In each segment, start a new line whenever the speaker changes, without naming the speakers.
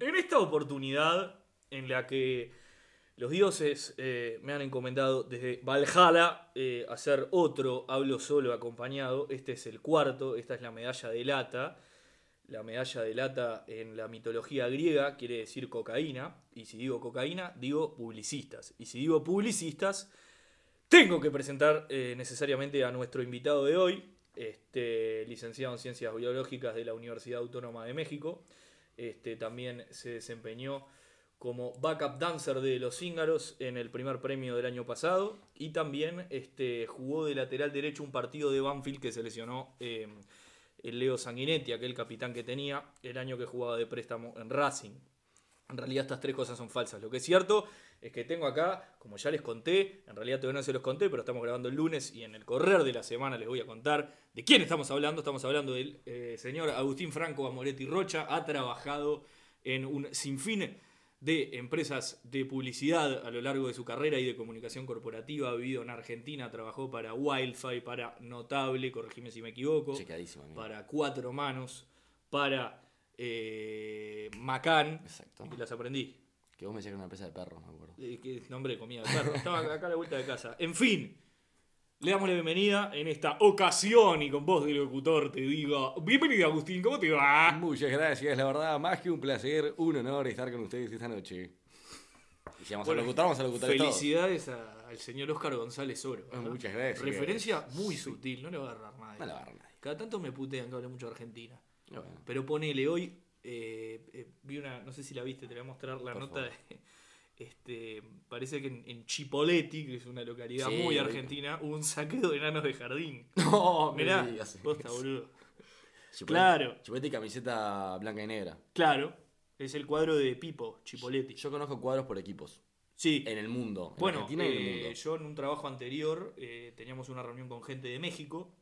En esta oportunidad en la que los dioses eh, me han encomendado desde Valhalla eh, hacer otro Hablo Solo acompañado, este es el cuarto, esta es la medalla de lata. La medalla de lata en la mitología griega quiere decir cocaína, y si digo cocaína, digo publicistas. Y si digo publicistas, tengo que presentar eh, necesariamente a nuestro invitado de hoy, este, licenciado en Ciencias Biológicas de la Universidad Autónoma de México. Este, también se desempeñó como backup dancer de los Cíngaros en el primer premio del año pasado y también este, jugó de lateral derecho un partido de Banfield que se lesionó eh, el Leo Sanguinetti, aquel capitán que tenía el año que jugaba de préstamo en Racing. En realidad estas tres cosas son falsas. Lo que es cierto es que tengo acá, como ya les conté, en realidad todavía no se los conté, pero estamos grabando el lunes y en el correr de la semana les voy a contar de quién estamos hablando. Estamos hablando del eh, señor Agustín Franco Amoretti Rocha. Ha trabajado en un sinfín de empresas de publicidad a lo largo de su carrera y de comunicación corporativa. Ha vivido en Argentina, trabajó para Wildfire, para Notable, corregime si me equivoco,
Checadísimo, amigo.
para Cuatro Manos, para eh, Macán.
Exacto.
Y las aprendí.
Que vos me decías que era una empresa de perros, me acuerdo.
Eh, que es nombre de comida de perro. Estaba acá a la vuelta de casa. En fin, le damos la bienvenida en esta ocasión y con voz de locutor te digo: Bienvenido, Agustín, ¿cómo te va?
Ah, Muchas gracias, la verdad, más que un placer, un honor estar con ustedes esta noche. Y si vamos
Bueno,
a locutar, vamos a locutar
Felicidades a- al señor Oscar González Oro. ¿verdad?
Ah, Muchas gracias.
Referencia muy sutil, no le va a agarrar nadie.
No la va a agarrar nadie.
Cada tanto me putean que hablo mucho de Argentina.
todos. Bueno,
Pero ponele hoy. eh, eh, vi una, no sé si la viste, te la voy a mostrar la
Por
nota de- Este, parece que en, en Chipoleti, que es una localidad
Sí,
muy
lo vi.
argentina, hubo un saqueo de enanos de jardín.
No, me
Mirá,
digas.
posta, boludo.
Chupete-
claro.
Chupete y camiseta blanca y negra.
Claro, es el cuadro de Pipo, Chipoletti.
Yo conozco cuadros por equipos.
Sí.
En el mundo. En
Bueno,
Argentina y en
eh,
el mundo.
yo en un trabajo anterior eh, teníamos una reunión con gente de México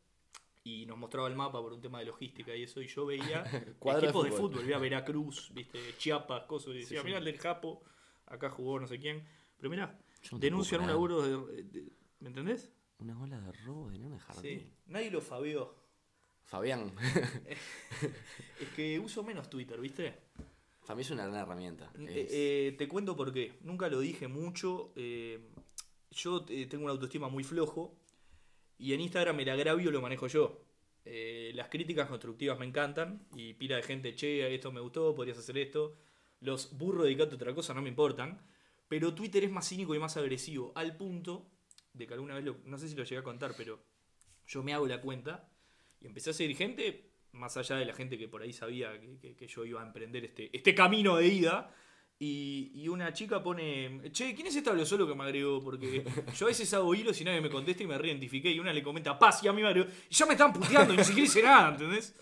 y nos mostraba el mapa por un tema de logística y eso, y yo veía
Cuadro de
equipos de
fútbol.
fútbol, veía Veracruz, viste, Chiapas, cosas, y decía,
sí.
mirá el del Japo, acá jugó no sé quién. Pero mirá,
Yo no te
denuncian un
puedo
laburo de, de- ¿Me entendés?
Una ola de robo de nana de jardín.
Sí. Nadie lo fabeó.
Fabián.
Es que uso menos Twitter, ¿viste?
Para mí es una gran herramienta.
Eh,
Es-
eh, te cuento por qué. Nunca lo dije mucho. eh, yo eh, tengo una autoestima muy flojo. Y en Instagram el agravio lo manejo yo. Eh, las críticas constructivas me encantan. Y pila de gente, che, esto me gustó, podrías hacer esto. Los burro dedicate a otra cosa, no me importan. Pero Twitter es más cínico y más agresivo. Al punto de que alguna vez, lo- no sé si lo llegué a contar, pero yo me hago la cuenta y empecé a seguir gente, más allá de la gente que por ahí sabía que, que- que yo iba a emprender este, este camino de ida. Y, y una chica pone, che, ¿quién es este hablo solo que me agregó? Porque yo a veces hago hilos y nadie me contesta y me reidentifiqué. Y una le comenta, paz, y a mí me agregó. Y ya me están puteando y ni siquiera hice nada, ¿entendés?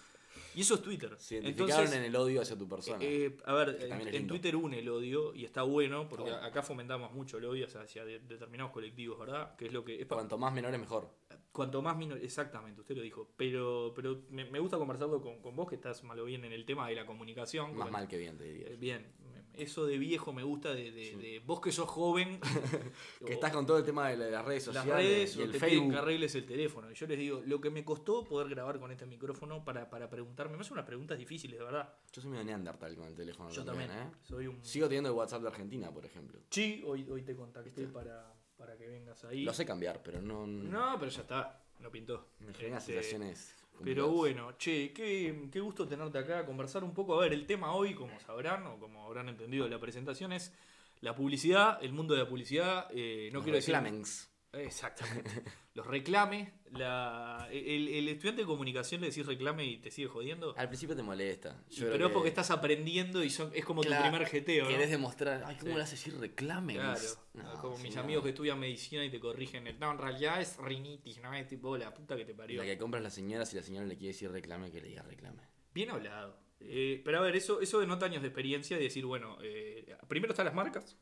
Y eso es Twitter.
Se identificaron en el odio hacia tu persona.
Eh, a ver,
Que también es
en, en
lindo.
Twitter une el odio y está bueno, porque
Está bueno.
acá fomentamos mucho el odio hacia de- determinados colectivos, ¿verdad? Que es lo que es pa-
Cuanto más menor es mejor.
cuanto más minor... exactamente, usted lo dijo, pero pero me, me gusta conversarlo con, con vos que estás mal o bien en el tema de la comunicación.
Más
porque-
mal que bien, te diría.
Eh, Bien, me- eso de viejo me gusta de, de- de vos que sos joven.
Que estás con todo el tema de la- de las redes
las
sociales
redes
y
o
el
te piden
Facebook.
que arregles el teléfono. Y yo les digo, lo que me costó poder grabar con este micrófono para, para preguntarme, me hacen unas preguntas difíciles, de verdad.
Yo soy medio neandertal con el teléfono
Yo
también,
también,
¿eh?
soy un
Sigo teniendo el WhatsApp de Argentina, por ejemplo.
Sí, hoy, hoy te contacté
¿Viste?
para, para que vengas ahí.
Lo sé cambiar, pero no...
No, pero ya está, no pintó.
Me genera
Este,
sensaciones...
Pero
complicadas.
bueno, che, qué, qué gusto tenerte acá, conversar un poco. A ver, el tema hoy, como sabrán o como habrán entendido de la presentación, es la publicidad, el mundo de la publicidad. eh, no
Los
quiero decir-
reclamens.
Exactamente. Los reclames. La, el, el estudiante de comunicación le decís reclame y te sigue jodiendo.
Al principio te molesta. Ah, Yo creo
pero es
que-
porque estás aprendiendo y son, es como
Claro,
tu primer jeteo. ¿no?
Querés demostrar... Ay, ¿cómo
Sí.
le haces decir reclamens?
Claro, ah,
No,
como mis
señor.
amigos que estudian medicina y te corrigen el. No, en realidad es rinitis, ¿no? Es tipo la puta que te parió.
La que compras las señoras y la señora le quiere decir reclame, que le diga reclame.
Bien hablado. Eh, pero a ver, eso, eso denota años de experiencia y decir, bueno, eh, primero están las marcas,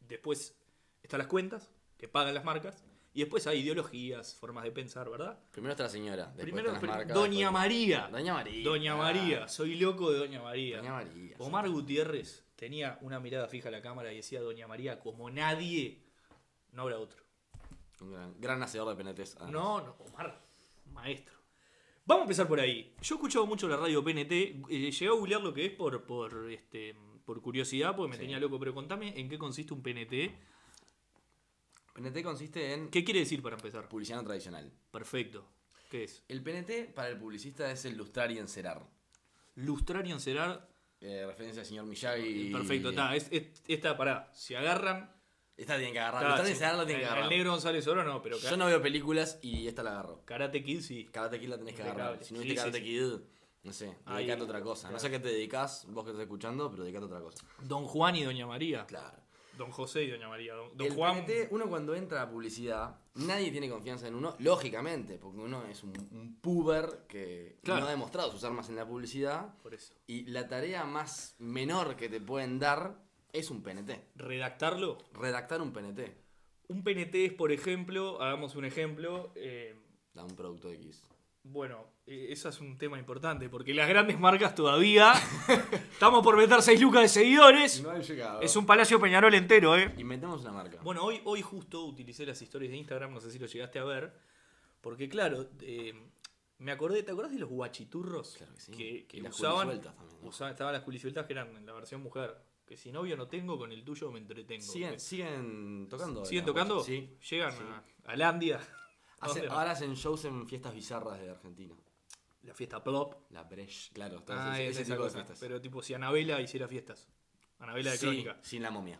después están las cuentas que pagan las marcas, y después hay ideologías, formas de pensar, ¿verdad?
Primero está la señora, después
primero,
están las
pri-
marcas,
Doña
después-
María.
Doña María.
Doña María, soy loco de Doña María.
Doña María.
Omar Gutiérrez tenía una mirada fija a la cámara y decía Doña María como nadie, no habrá otro.
Ah, Un gran, gran hacedor de penetes. además.
No, no, Omar, maestro. Vamos a empezar por ahí. Yo he escuchado mucho la radio PNT. eh, llegué a googlear lo que es por, por, este, por curiosidad, porque me
Sí.
tenía loco. Pero contame en qué consiste un PNT.
PNT consiste en
¿Qué quiere decir para empezar?
publicidad no tradicional.
Perfecto. ¿Qué es?
El PNT para el publicista es el lustrar y encerar.
Lustrar y encerar.
Eh, referencia al señor Miyagi.
Perfecto, está. Es, es- esta, pará. Si agarran.
Esta tienen que agarrar.
ta,
Lustrar y
si-
encerar la tienen que
al-
agarrar.
Al negro González Oro no, pero
Yo no veo películas y esta la agarro.
Karate Kid sí.
Karate Kid la tenés que
Impecable.
agarrar. Si no
Sí,
viste
sí,
Karate
sí.
Kid, no sé,
Ahí,
dedicate a otra cosa. No sé a qué te dedicas, vos que estás escuchando, pero dedicate a otra cosa.
Don Juan y Doña María.
Claro.
Don José y Doña María. Don, don
el
Juan.
PNT, uno cuando entra a publicidad, nadie tiene confianza en uno, lógicamente, porque uno es un, un puber que
Claro.
no ha demostrado sus armas en la publicidad.
Por eso.
Y la tarea más menor que te pueden dar es un PNT.
Redactarlo.
Redactar un PNT.
Un PNT es, por ejemplo, hagamos un ejemplo. eh,
Da un producto X.
Bueno, eh, ese es un tema importante, porque las grandes marcas todavía estamos por meter 6 lucas de seguidores.
No ha llegado.
Es un Palacio Peñarol entero, ¿eh?
Inventemos una marca.
Bueno, hoy, hoy justo utilicé las historias de Instagram, no sé si lo llegaste a ver, porque claro, eh, me acordé, ¿te acordás de los guachiturros?
Claro que sí.
Que, que
Y las
usaban,
culisueltas también, ¿no?
usaban- estaban las culisueltas que eran en la versión mujer, que si novio no tengo, con el tuyo me entretengo.
Siguen, siguen tocando.
eh. ¿Siguen
digamos.
tocando? Ah,
Sí.
Llegan a, a Landia. ¿A
Hacen-
dónde van?
ahora hacen shows en fiestas bizarras de Argentina.
la fiesta Plop.
La Breche, claro. entonces,
Ah, es
ese
esa
tipo de
cosa.
fiestas.
Pero tipo, si Anabela hiciera fiestas. Anabela de
Sí,
Crónica.
Sin la momia.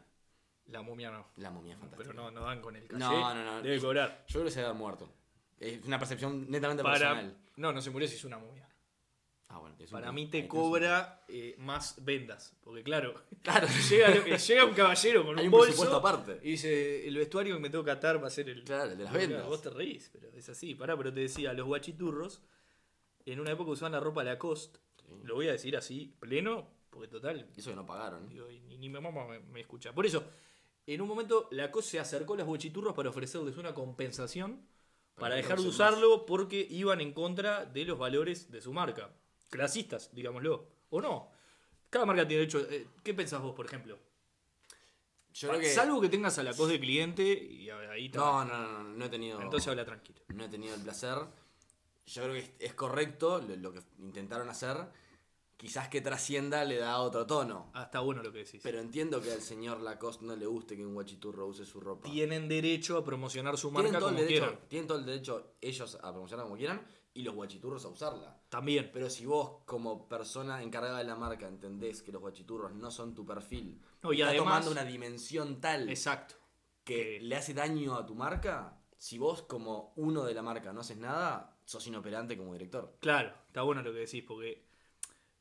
La momia no.
La momia es fantástica.
Pero no, no dan con el caché.
No, no, no.
Debe cobrar.
Yo creo que se ha muerto. Es una percepción netamente
Para...
personal.
No, no se murió si es una momia.
Ah, bueno, es un-
Para mí
ahí
te
tenés un-
cobra eh, más vendas. Porque claro,
Claro.
llega, eh, llega un caballero con
Hay un
un
presupuesto
bolso
aparte.
y dice, el vestuario que me tengo que atar va a ser el...
Claro, el de las
Claro,
vendas.
Vos te reís, pero es así. Pará, pero te decía, los guachiturros en una época usaban la ropa Lacoste. Lo voy a decir así, pleno, porque total,
Eso que no pagaron.
Digo, y ni, ni mi mamá me, me escucha. Por eso, en un momento la cosa se acercó a los bochiturros para ofrecerles una compensación para
Para que
dejar
no
de
usen más.
usarlo porque iban en contra de los valores de su marca. Clasistas, digámoslo. ¿O no? Cada marca tiene derecho. eh, ¿Qué pensás vos, por ejemplo?
Yo creo que.
Salvo que tengas a la cos de cliente y a- ahí está.
No, no, no, no, no he tenido.
Entonces habla tranquilo.
no he tenido el placer. Yo creo que es, es correcto lo, lo que intentaron hacer. Quizás que trascienda le da otro tono.
Ah, está bueno lo que decís.
Pero entiendo que al señor Lacoste no le guste que un guachiturro use su ropa.
tienen derecho a promocionar su
Tienen
marca
todo, el
como
derecho,
quieran.
tienen todo el derecho ellos a promocionarla como quieran y los guachiturros a usarla.
También.
Pero si vos, como persona encargada de la marca, entendés que los guachiturros no son tu perfil,
No, y
está
además-
tomando una dimensión tal
Exacto. Eh,
que
que-
le hace daño a tu marca, si vos, como uno de la marca, no haces nada, sos inoperante como director.
Claro, está bueno lo que decís, porque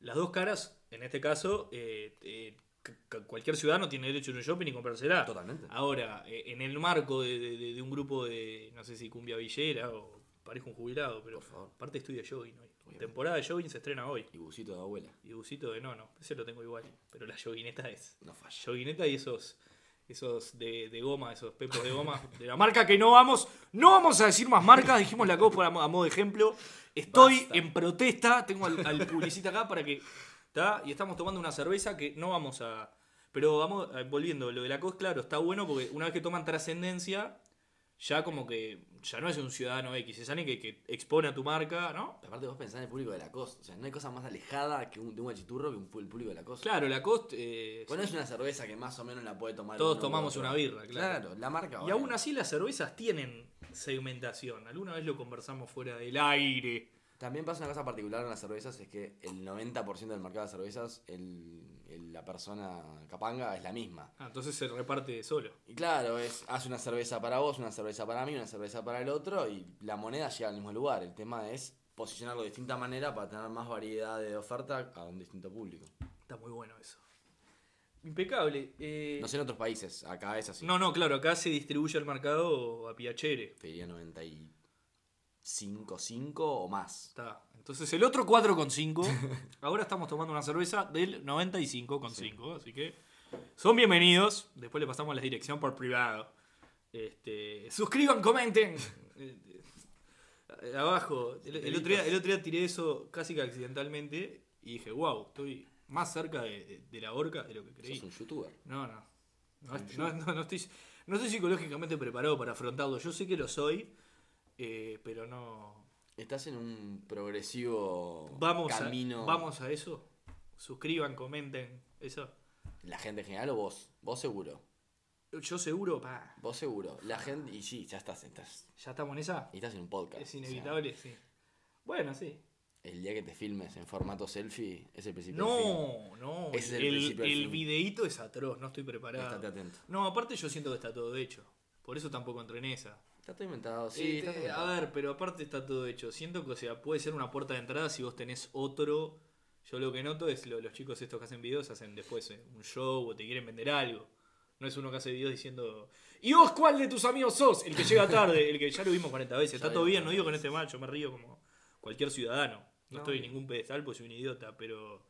las dos caras, en este caso, eh, eh, c- c- cualquier ciudadano tiene derecho a ir a un shopping y comprársela.
Totalmente.
Ahora, eh, en el marco de, de- de- de un grupo de, no sé si cumbia villera o parezco un jubilado, pero
Por favor.
aparte estudia jogging hoy.
Obviamente.
Temporada de jogging se estrena hoy.
Y busito de abuela.
Y busito de no, no, ese lo tengo igual, pero la joguineta es.
No falla.
Joguineta y esos... Esos de, de goma, esos pepos de goma, de la marca que no vamos, no vamos a decir más marcas, dijimos la copa a mo- a modo de ejemplo. Estoy
Basta.
en protesta, tengo al, al publicista acá para que. ¿tá? Y estamos tomando una cerveza que no vamos a. Pero vamos, eh, volviendo, lo de la COS, claro, está bueno porque una vez que toman trascendencia, ya como que. Ya no es un ciudadano X, es alguien que, que expone a tu marca, ¿no?
Aparte vos pensás en el público de la costa. O sea, no hay cosa más alejada que un, de un guachiturro que un, pu- el público de la costa.
Claro, la COS. eh,
Bueno, es una cerveza que más o menos la puede tomar.
Todos
uno u
tomamos
otro.
una birra, claro.
la marca.
Y
vale.
aún así las cervezas tienen segmentación. Alguna vez lo conversamos fuera del aire.
También pasa una cosa particular en las cervezas: es que el 90% del mercado de cervezas, el- el- la persona capanga es la misma.
Ah, entonces se reparte solo.
Y claro, es, hace una cerveza para vos, una cerveza para mí, una cerveza para el otro y la moneda llega al mismo lugar. El tema es posicionarlo de distinta manera para tener más variedad de oferta a un distinto público.
Está muy bueno eso. Impecable. eh,
No sé en otros países, acá es así.
No, no, claro, acá se distribuye el mercado a piachere.
Te diría 95, 5 o más.
Está. Entonces el otro 4,5. Ahora estamos tomando una cerveza del 95,5. Así que son bienvenidos. Después le pasamos la dirección por privado. Este, suscriban, comenten. Eh, eh, Abajo. El, el otro día, el otro día tiré eso casi que accidentalmente. Y dije, wow, estoy más cerca de, de- de la horca de lo que creí.
Sos un youtuber.
No, no. No, est- no- no- no estoy, no estoy psicológicamente preparado para afrontarlo. Yo sé que lo soy, eh, pero no.
Estás en un progresivo
Vamos,
camino.
a, vamos a eso. Suscriban, comenten. Eso.
¿La gente en general o vos? Vos seguro.
Yo seguro, pa.
Vos seguro. La gente. Y sí, ya estás. estás
¿Ya estamos en esa?
y estás en un podcast.
Es
o sea,
inevitable, sí. Bueno, sí.
el día que te filmes en formato selfie es el principio. del fin.
No, no.
Ese es el
el,
principio del
el
fin.
videíto es atroz, no estoy preparado.
Estate atento.
No, aparte yo siento que está todo hecho. Por eso tampoco entré en esa.
Está todo inventado, sí.
Eh,
está todo
eh, a
inventado.
ver, pero aparte está todo hecho. Siento que, o sea, puede ser una puerta de entrada si vos tenés otro. Yo lo que noto es lo- los chicos estos que hacen videos hacen después eh, un show o te quieren vender algo. No es uno que hace videos diciendo, ¿y vos cuál de tus amigos sos? El que llega tarde, el que ya lo vimos 40 veces. Está
Ya
todo
vimos
bien, no
40
digo con este mal, yo me río como cualquier ciudadano. No,
No.
estoy en ningún pedestal porque soy un idiota, pero.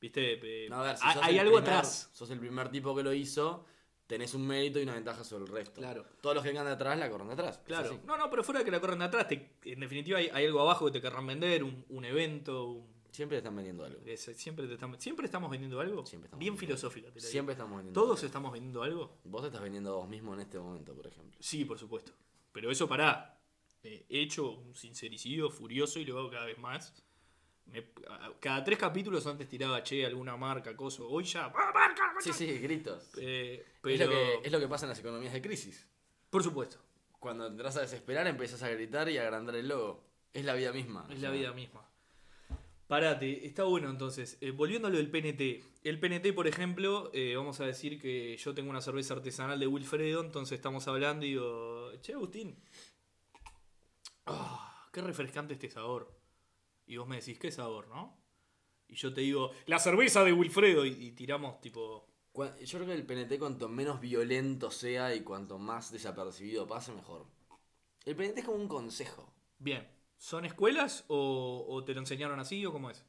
¿Viste? eh,
No, a ver, si
hay
sos
hay
el
algo
primer-
atrás.
Sos el primer tipo que lo hizo, tenés un mérito y una ventaja sobre el resto.
Claro.
Todos los que vengan de atrás la corren de atrás. es
Claro.
así.
No, no, pero fuera de que la corren de atrás, te- en definitiva hay, hay algo abajo que te querrán vender, un, un evento, un-
Siempre están vendiendo algo.
es- siempre, te estamos, siempre estamos vendiendo algo.
Siempre estamos
Bien
vendiendo
filosófica, te la digo.
Siempre estamos vendiendo
¿Todos
algo.
estamos vendiendo algo?
Vos te estás vendiendo a vos mismo en este momento, por ejemplo.
Sí, por supuesto. Pero eso para hecho un sincericidio furioso y lo hago cada vez más. Me- a- cada tres capítulos antes tiraba, che, alguna marca, coso. Hoy ya... ¡ah, marca!
Sí, sí, gritos.
Eh,
Es,
pero...
lo que, es lo que pasa en las economías de crisis.
Por supuesto.
Cuando entras a desesperar, empezás a gritar y a agrandar el logo. Es la vida misma.
Es
o
la
sea,
vida misma. Parate, está bueno entonces. Eh, volviendo a lo del PNT. El PNT, por ejemplo, eh, vamos a decir que yo tengo una cerveza artesanal de Wilfredo, entonces estamos hablando y digo, che Agustín, ah, qué refrescante este sabor. Y vos me decís, ¿qué sabor, no? Y yo te digo, la cerveza de Wilfredo. Y, y tiramos tipo,
cua- Yo creo que el PNT, cuanto menos violento sea y cuanto más desapercibido pase, mejor. El PNT es como un consejo.
bien, ¿son escuelas o, o te lo enseñaron así o cómo es?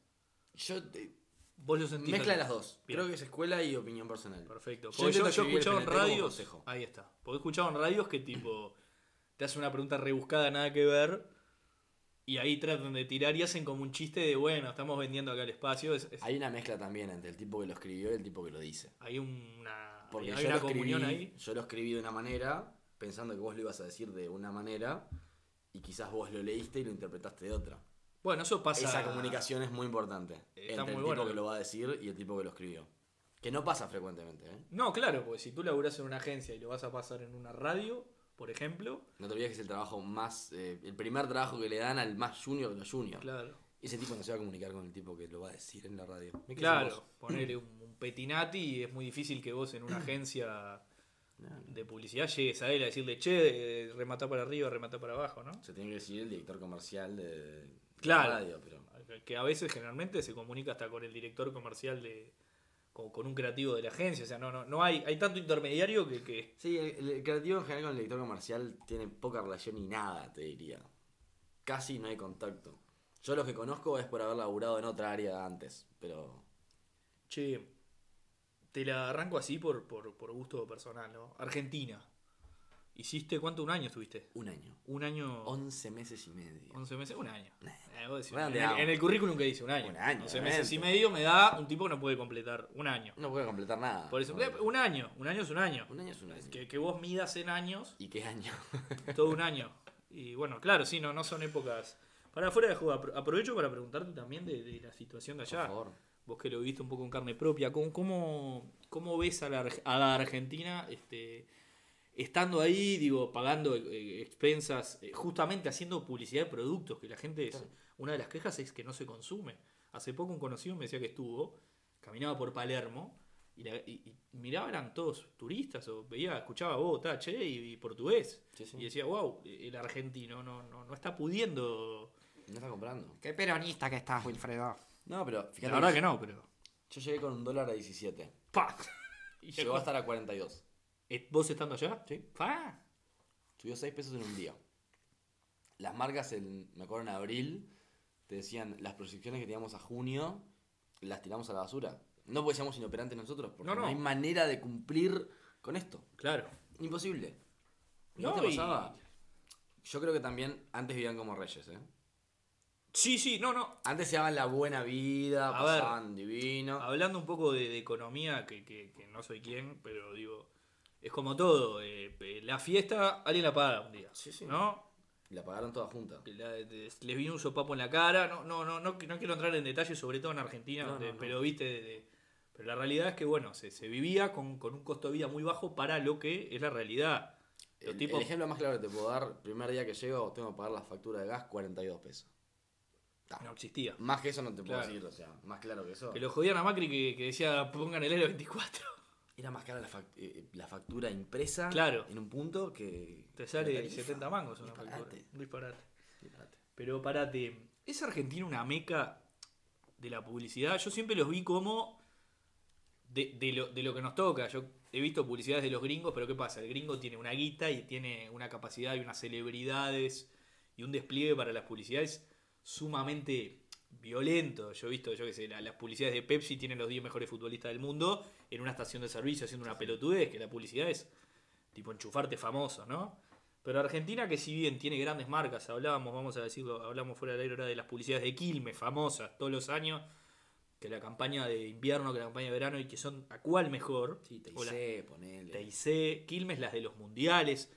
Yo te-
Vos lo sentís.
Mezcla
así?
las dos.
Bien.
Creo que es escuela y opinión personal.
Perfecto.
Yo
Porque yo, yo
intento
he
escribir
escuchado en
PNT como
radios.
consejo.
Ahí está. Porque he escuchado en radios que tipo. Te hacen una pregunta rebuscada, nada que ver. Y ahí tratan de tirar y hacen como un chiste de bueno, estamos vendiendo acá el espacio. Es, es- hay
Hay una mezcla también entre el tipo que lo escribió y el tipo que lo dice.
una,
Porque
Ah, hay
yo,
una
lo escribí,
comunión ahí.
yo lo escribí de una manera, pensando que vos lo ibas a decir de una manera, y quizás vos lo leíste y lo interpretaste de otra.
Bueno, eso pasa.
Esa comunicación es muy importante.
Está
entre
muy
el
bueno.
tipo que lo va a decir y el tipo que lo escribió. Que no pasa frecuentemente, ¿eh?
No, claro, porque si tú laburás en una agencia y lo vas a pasar en una radio, por ejemplo.
No te olvides que es el trabajo más. eh, el primer trabajo que le dan al más junior de los juniors.
Claro.
Y ese tipo no se va a comunicar con el tipo que lo va a decir en la radio. Me quedo sin
Claro,
voz.
ponerle un, un petinati y es muy difícil que vos en una agencia de publicidad llegues a él a decirle, che, eh, rematá para arriba, rematá para abajo, ¿no?
Se tiene que decir el director comercial de, de
Claro.
la radio, pero.
Que a veces generalmente se comunica hasta con el director comercial de con, con un creativo de la agencia, o sea, no no no hay hay tanto intermediario que, que
Sí, el, el creativo en general con el director comercial tiene poca relación y nada, te diría. Casi no hay contacto. Yo los que conozco es por haber laburado en otra área antes, pero
che, te la arranco así por por, por gusto personal, ¿no? Argentina. ¿Hiciste cuánto un año estuviste?
un año.
Un año
11 meses y medio.
11 meses, un año. Eh, vos decís,
Bueno,
en,
te
el,
hago.
en el currículum que dice, un año.
Un año,
11 meses y
obviamente.
medio me da un tipo que no puede completar un año.
No puedo completar nada.
Por eso,
No,
eh, un año, un año es un año.
un año es un año.
Que, que vos midas en años
¿Y qué año?
todo un año. Y bueno, claro, sí, no, no son épocas. Para afuera de juego, apro- aprovecho para preguntarte también de, de la situación de
Por
allá.
favor.
Vos que lo viste un poco en carne propia, ¿cómo, cómo, cómo ves a la, Arge- a la Argentina este, estando ahí, digo, pagando eh, expensas, eh, justamente haciendo publicidad de productos? Que la gente, es-
Claro.
una de las quejas es que no se consume. Hace poco un conocido me decía que estuvo, caminaba por Palermo y, la- y- y miraba, eran todos turistas, o veía, escuchaba Bogotá, che, y, y portugués.
Sí, sí.
Y decía, wow, el argentino no, no, no está pudiendo.
No está comprando.
Qué peronista que estás, Wilfredo.
No, pero fíjate.
La verdad que no, pero.
Yo llegué con un dólar a 17.
¡pa! Y ya
Llegó a estar a 42.
Eh, ¿Vos estando allá?
Sí.
¡Fa!
Subió 6 pesos en un día. Las marcas, en, me acuerdo en abril, te decían las proyecciones que teníamos a junio, las tiramos a la basura. No porque seamos inoperantes nosotros, porque
No,
no,
no.
hay manera de cumplir con esto.
Claro.
Imposible.
No,
¿No, te
y-
pasaba? Yo creo que también antes vivían como reyes, ¿eh?
Sí, sí, no, no.
Antes se daban la buena vida,
A ver.
pasaban divino.
Hablando un poco de, de economía, que, que- que no soy quién, pero digo, es como todo. eh, eh, la fiesta, alguien la paga un día.
Sí, sí.
¿No?
La pagaron toda junta.
que la- de- les vino un sopapo en la cara. No, no, no, no, no quiero entrar en detalles, sobre todo en Argentina,
No,
donde-
no, no.
pero viste. de- de- pero la realidad es que, bueno, se, se vivía con, con un costo de vida muy bajo para lo que es la realidad. Los
El,
tipos.
el ejemplo más claro que te puedo dar, primer día que llego tengo que pagar la factura de gas 42 pesos. Ta.
no existía.
Más que eso no te puedo
Claro.
decir, o sea, más claro que eso.
Que lo jodían a Macri que, que decía pongan el L24.
Era más cara la, fac- eh, la factura impresa
Claro.
en un punto que...
Te
la
sale
tarifa.
70 mangos una
Disparate,
factura. Un disparate.
disparate.
Pero parate, ¿es Argentina una meca de la publicidad? Yo siempre los vi como de, de lo, de lo que nos toca. Yo he visto publicidades de los gringos, pero ¿qué pasa? El gringo tiene una guita y tiene una capacidad y unas celebridades y un despliegue para las publicidades sumamente violento. Yo he visto, yo qué sé, la- las publicidades de Pepsi tienen los 10 mejores futbolistas del mundo en una estación de servicio haciendo una pelotudez, que la publicidad es tipo enchufarte famoso, ¿no? Pero Argentina, que si bien tiene grandes marcas, hablábamos, vamos a decirlo, hablamos fuera del aire ahora de las publicidades de Quilmes, famosas todos los años, que la campaña de invierno, que la campaña de verano, y que son a cuál mejor.
Sí, te
O la-
hice, ponele.
TIC, Quilmes, las de los mundiales.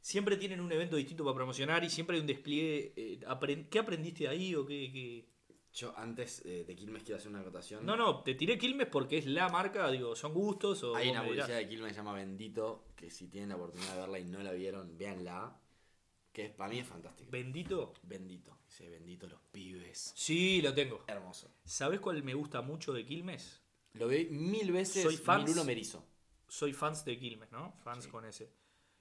Siempre tienen un evento distinto para promocionar y siempre hay un despliegue. eh, apren- ¿Qué aprendiste ahí o qué, qué?
Yo antes eh, de Quilmes quiero hacer una acotación.
No, no, te tiré Quilmes porque es la marca, digo, son gustos o.
Hay
vos
una
me dirás.
publicidad de Quilmes que se llama Bendito, que si tienen la oportunidad de verla y no la vieron, véanla. Que es, para mí es fantástica.
¿Bendito?
Bendito. Dice, bendito los pibes.
Sí, lo tengo.
Hermoso.
¿Sabés cuál me gusta mucho de Quilmes?
Lo vi mil veces.
Soy fans.
Milulo Merizo.
soy fans de Quilmes, ¿no? Fans
Sí.
con ese.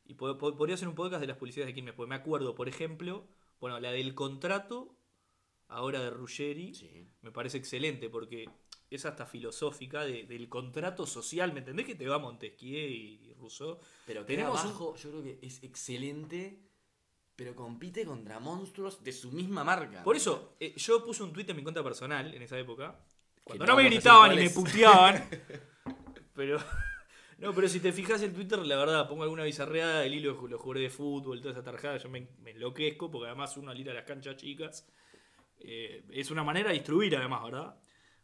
Y po- po- podría hacer un podcast de las publicidades de Quilmes, porque me acuerdo, por ejemplo, bueno, la del contrato, ahora de Ruggeri,
Sí.
me parece excelente, porque es hasta filosófica de- del contrato social. ¿Me entendés que te va Montesquieu y Rousseau?
Pero
Tenemos
tenemos abajo, yo creo que es excelente, pero compite contra monstruos de su misma marca.
Por eso, eh, yo puse un tuit en mi cuenta personal en esa época. Cuando
no
no me
vamos a decir
gritaban y
cuál
me
es.
puteaban. pero. No, pero si te fijas en Twitter, la verdad, pongo alguna bizarreada, el hilo de ju- los jugadores de fútbol, toda esa tarjada, yo me, me enloquezco, porque además uno al ir a las canchas chicas. eh, es una manera de instruir, además, ¿verdad?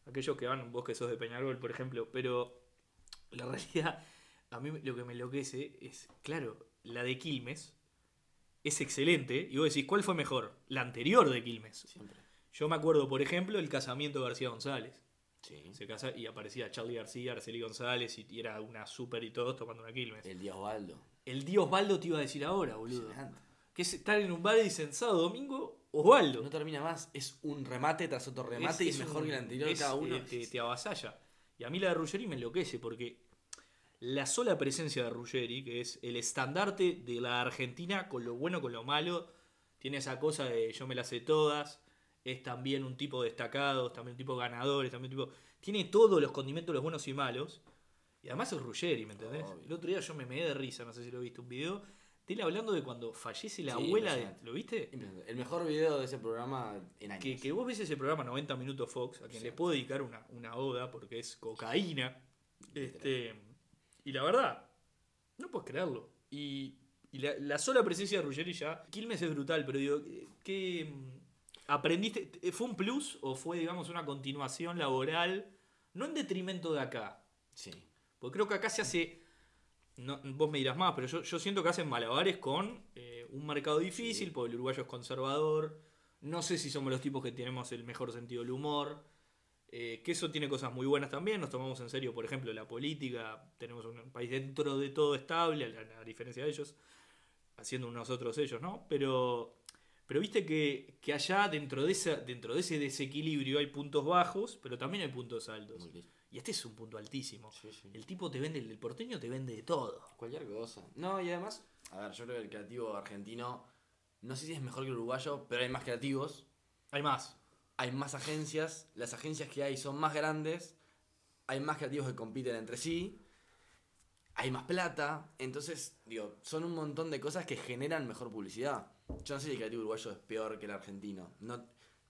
Aquellos que van, vos que sos de Peñarol, por ejemplo, pero la realidad, a mí lo que me enloquece es, claro, la de Quilmes es excelente, y vos decís, ¿cuál fue mejor? La anterior de Quilmes.
Siempre.
Yo me acuerdo, por ejemplo, el casamiento de García González.
Sí.
Se casa y aparecía Charlie García, Arceli González y, y era una super y todos tomando una Quilmes. El,
El día Osvaldo.
día Osvaldo te iba a decir ahora, boludo.
Impresionante.
Que es estar en un bar y dicen sábado domingo, Osvaldo.
No termina más. Es un remate tras otro remate y es mejor
un-
que el anterior
es,
cada uno.
eh, te, te avasalla. Y a mí la de Ruggeri me enloquece porque la sola presencia de Ruggeri, que es el estandarte de la Argentina con lo bueno, con lo malo, tiene esa cosa de yo me las sé todas, es también un tipo destacado, es también un tipo ganador, es también un tipo... Tiene todos los condimentos, los buenos y malos. Y además es Ruggeri, ¿me entendés?
Obvio.
El otro día yo me meé de risa, no sé si lo viste, un video de él hablando de cuando fallece la
Sí,
abuela de...
impresionante.
¿Lo viste?
Impresionante. El mejor video de ese programa en años.
que, que vos ves ese programa 90 Minutos Fox, a quien le
Sí.
puedo dedicar una, una oda porque es cocaína. Este, y la verdad, no puedes creerlo. Y, y la, la sola presencia de Ruggeri ya. Quilmes es brutal, pero digo, eh, ¿qué mm, aprendiste? Eh, ¿Fue un plus o fue, digamos, una continuación laboral? No en detrimento de acá,
Sí.
porque creo que acá se hace. no, vos me dirás más, pero yo, yo siento que hacen malabares con eh, un mercado difícil,
Sí.
porque el uruguayo es conservador. No sé si somos los tipos que tenemos el mejor sentido del humor. eh, que eso tiene cosas muy buenas también. Nos tomamos en serio, por ejemplo, la política. Tenemos un país dentro de todo estable, a, la- a diferencia de ellos. Haciendo nosotros ellos, ¿no? Pero. Pero viste que, que allá dentro de, esa, dentro de ese desequilibrio hay puntos bajos, pero también hay puntos altos.
Muy lindo.
Y este es un punto altísimo.
Sí, sí.
El tipo te vende, el porteño te vende de todo.
Cualquier cosa. No, y además, a ver, yo creo que el creativo argentino, no sé si es mejor que el uruguayo, pero hay más creativos,
Hay más.
hay más agencias, las agencias que hay son más grandes, hay más creativos que compiten entre sí, hay más plata, entonces, digo, son un montón de cosas que generan mejor publicidad. Yo no sé si el creativo uruguayo es peor que el argentino. No,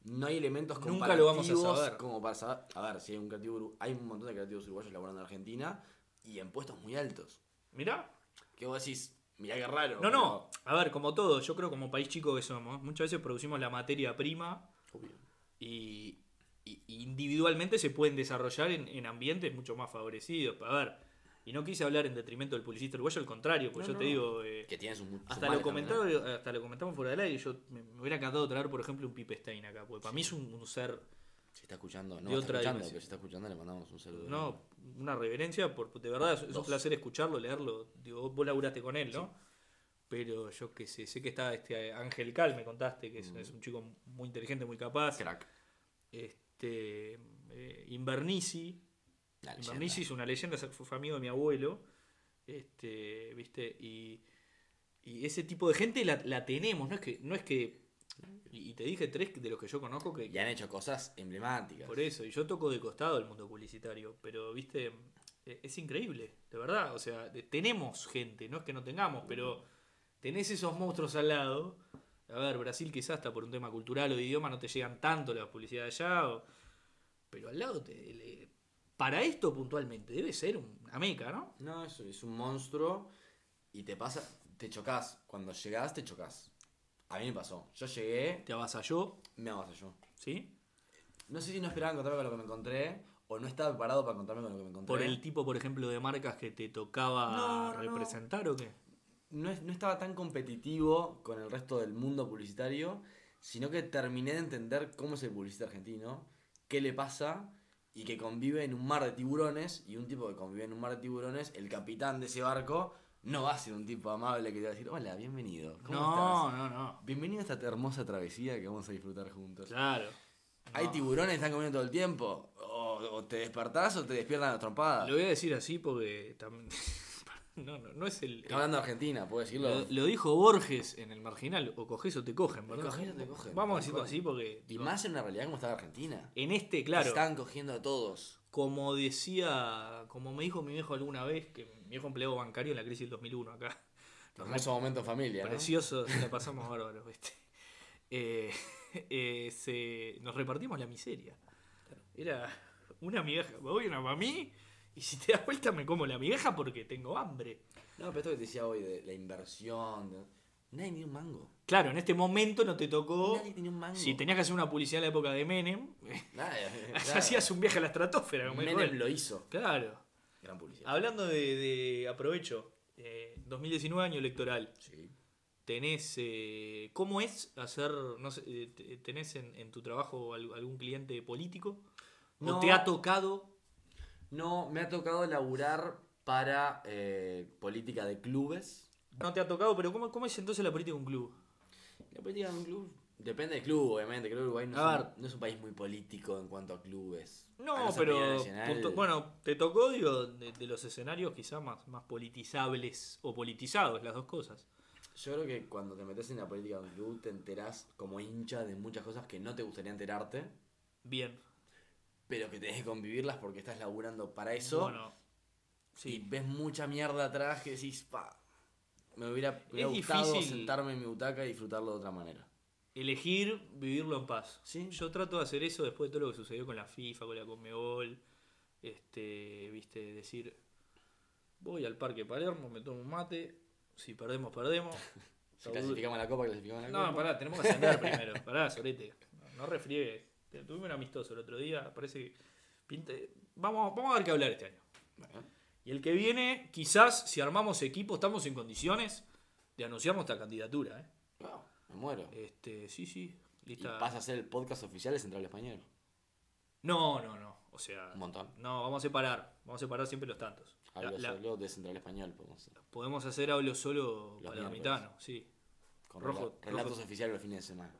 no hay elementos
Nunca lo vamos a
comparativos
saber.
como para saber. A ver, si hay un creativo uru- hay un montón de creativos uruguayos laborando en Argentina y en puestos muy altos.
Mirá.
Que vos decís, mirá qué raro.
No, no. A ver, como todo, yo creo como país chico que somos, muchas veces producimos la materia prima
pero- Obvio.
y, y- y individualmente se pueden desarrollar en, en ambientes mucho más favorecidos. A ver, Y no quise hablar en detrimento del publicista uruguayo, al contrario, porque
No,
yo te
no.
digo. eh,
Que tiene sus, sus
hasta,
males
lo
también,
comentaba, hasta lo comentamos fuera del aire. Yo me, me hubiera encantado traer, por ejemplo, un Pipe Stein acá, porque para mí es un, un ser.
¿eh? Si está escuchando, no
De
está
otra
escuchando,
dimensión.
pero si está escuchando le mandamos un saludo.
No, una reverencia, por, de verdad, es, es un
Dos.
placer escucharlo, leerlo. Digo, vos- vos laburaste con él, ¿no? Pero yo que sé, sé que está este Ángel Cal, me contaste, que es,
Mm.
es un chico muy inteligente, muy capaz.
Crack.
Este, eh, Invernisi.
La leyenda.
Invernisi es una leyenda, es- fue amigo de mi abuelo. Este, ¿viste? Y, y ese tipo de gente la, la tenemos, no es que. No es que y y te dije tres de los que yo conozco que,
Y han hecho cosas emblemáticas.
por eso, y yo toco de costado el mundo publicitario, pero viste, eh, es increíble, de verdad. O sea, de- tenemos gente, no es que no tengamos, pero tenés esos monstruos al lado. A ver, Brasil quizás hasta por un tema cultural o de idioma no te llegan tanto las publicidades allá, o- pero al lado te... le- para esto puntualmente debe ser un- una meca, ¿no?
No, es, es un monstruo y te pasa, te chocas. Cuando llegás, te chocas. A mí me pasó. Yo llegué,
Te avasalló,
me avasalló.
¿sí?
No sé si no esperaba encontrarme con lo que me encontré o no estaba preparado para encontrarme con lo que me encontré.
Por el tipo, por ejemplo, de marcas que te tocaba
No, no, no.
representar o qué.
no, es- no estaba tan competitivo con el resto del mundo publicitario, sino que terminé de entender cómo es el publicista argentino, qué le pasa y que convive en un mar de tiburones y un tipo que convive en un mar de tiburones, el capitán de ese barco no va a ser un tipo amable que te va a decir, hola, bienvenido, ¿cómo
No,
estás?
no, no.
Bienvenido a esta hermosa travesía que vamos a disfrutar juntos.
Claro.
Hay
No.
tiburones que están comiendo todo el tiempo. O, o te despertás o te despiertan a trompadas.
Lo voy a decir así porque también. No, no, no es el.
Está hablando de Argentina, ¿puedo decirlo?
lo, lo dijo Borges en el marginal, o coges o te cogen, ¿verdad?
coges o te cogen,
Vamos a
tal
decirlo
cual.
así porque.
Y
digo,
más en una realidad como está Argentina.
En este, claro,
Están cogiendo a todos.
como decía, como me dijo mi viejo alguna vez, que mi viejo empleado bancario en la crisis del 2001 acá.
Hermoso momento en familia. ¿no?
Precioso, la pasamos bárbaro, ¿viste? Eh, eh, se- nos repartimos la miseria. Era una migaja, me voy una para mí, y si te das vuelta me como la migaja porque tengo hambre.
No, pero esto que te decía hoy de la inversión. de- Nadie tenía un mango.
Claro, en este momento no te tocó.
Nadie tenía un mango.
Si tenías que hacer una publicidad en la época de Menem,
Nadie. claro.
hacías un viaje a la estratosfera. Como dijo
Menem
él.
lo hizo.
Claro.
Gran publicidad.
Hablando de, de- aprovecho, eh, 2019 año electoral.
Sí.
¿Tenés, eh, cómo es hacer, no sé, eh, te- tenés en, en tu trabajo al- algún cliente político? ¿O
No.
te ha tocado?
No, me ha tocado laburar para eh, política de clubes.
No te ha tocado, pero ¿cómo, cómo es entonces la política de un club?
La política de un club. Depende del club, obviamente. Creo que Uruguay no,
A
es,
ver.
un, no es un país muy político en cuanto a clubes. A
No,
no ser Primera
pero
Nacional.
punto- bueno, te tocó, digo, de, de los escenarios quizás más, más politizables o politizados, las dos cosas.
Yo creo que cuando te metes en la política de un club te enterás como hincha de muchas cosas que no te gustaría enterarte,
Bien.
pero que tenés que convivirlas porque estás laburando para eso.
Bueno,
Y
sí.
ves mucha mierda atrás que decís, pa, me hubiera, me hubiera
Es
gustado
difícil.
sentarme en mi butaca y disfrutarlo de otra manera.
Elegir vivirlo en paz.
Sí.
Yo trato de hacer eso después de todo lo que sucedió con la FIFA, con la Conmebol. Este, viste, decir, voy al Parque Palermo, me tomo un mate. Si perdemos, perdemos.
Si clasificamos a la copa, clasificamos a la
No,
copa.
pará, tenemos que ascender primero. Pará, sorete. No refriegues. Te- Tuvimos un amistoso el otro día. Parece que. pinta- Vamos, vamos a ver qué hablar este año.
Bueno,
Y el que viene, quizás, si armamos equipo, estamos en condiciones de anunciar nuestra candidatura. ¿eh?
no, me muero.
Este, sí, sí.
Y
Lista.
pasa a ser el podcast oficial de Central Español.
No, no, no. O sea.
Un montón.
No, vamos a separar. Vamos a separar siempre los tantos. La-
Hablo
la-
solo de Central Español, podemos hacer.
podemos hacer hablo solo
Los
palermitano, sí.
Con
Rojo,
rela-
rojo.
relatos oficiales los fines de semana.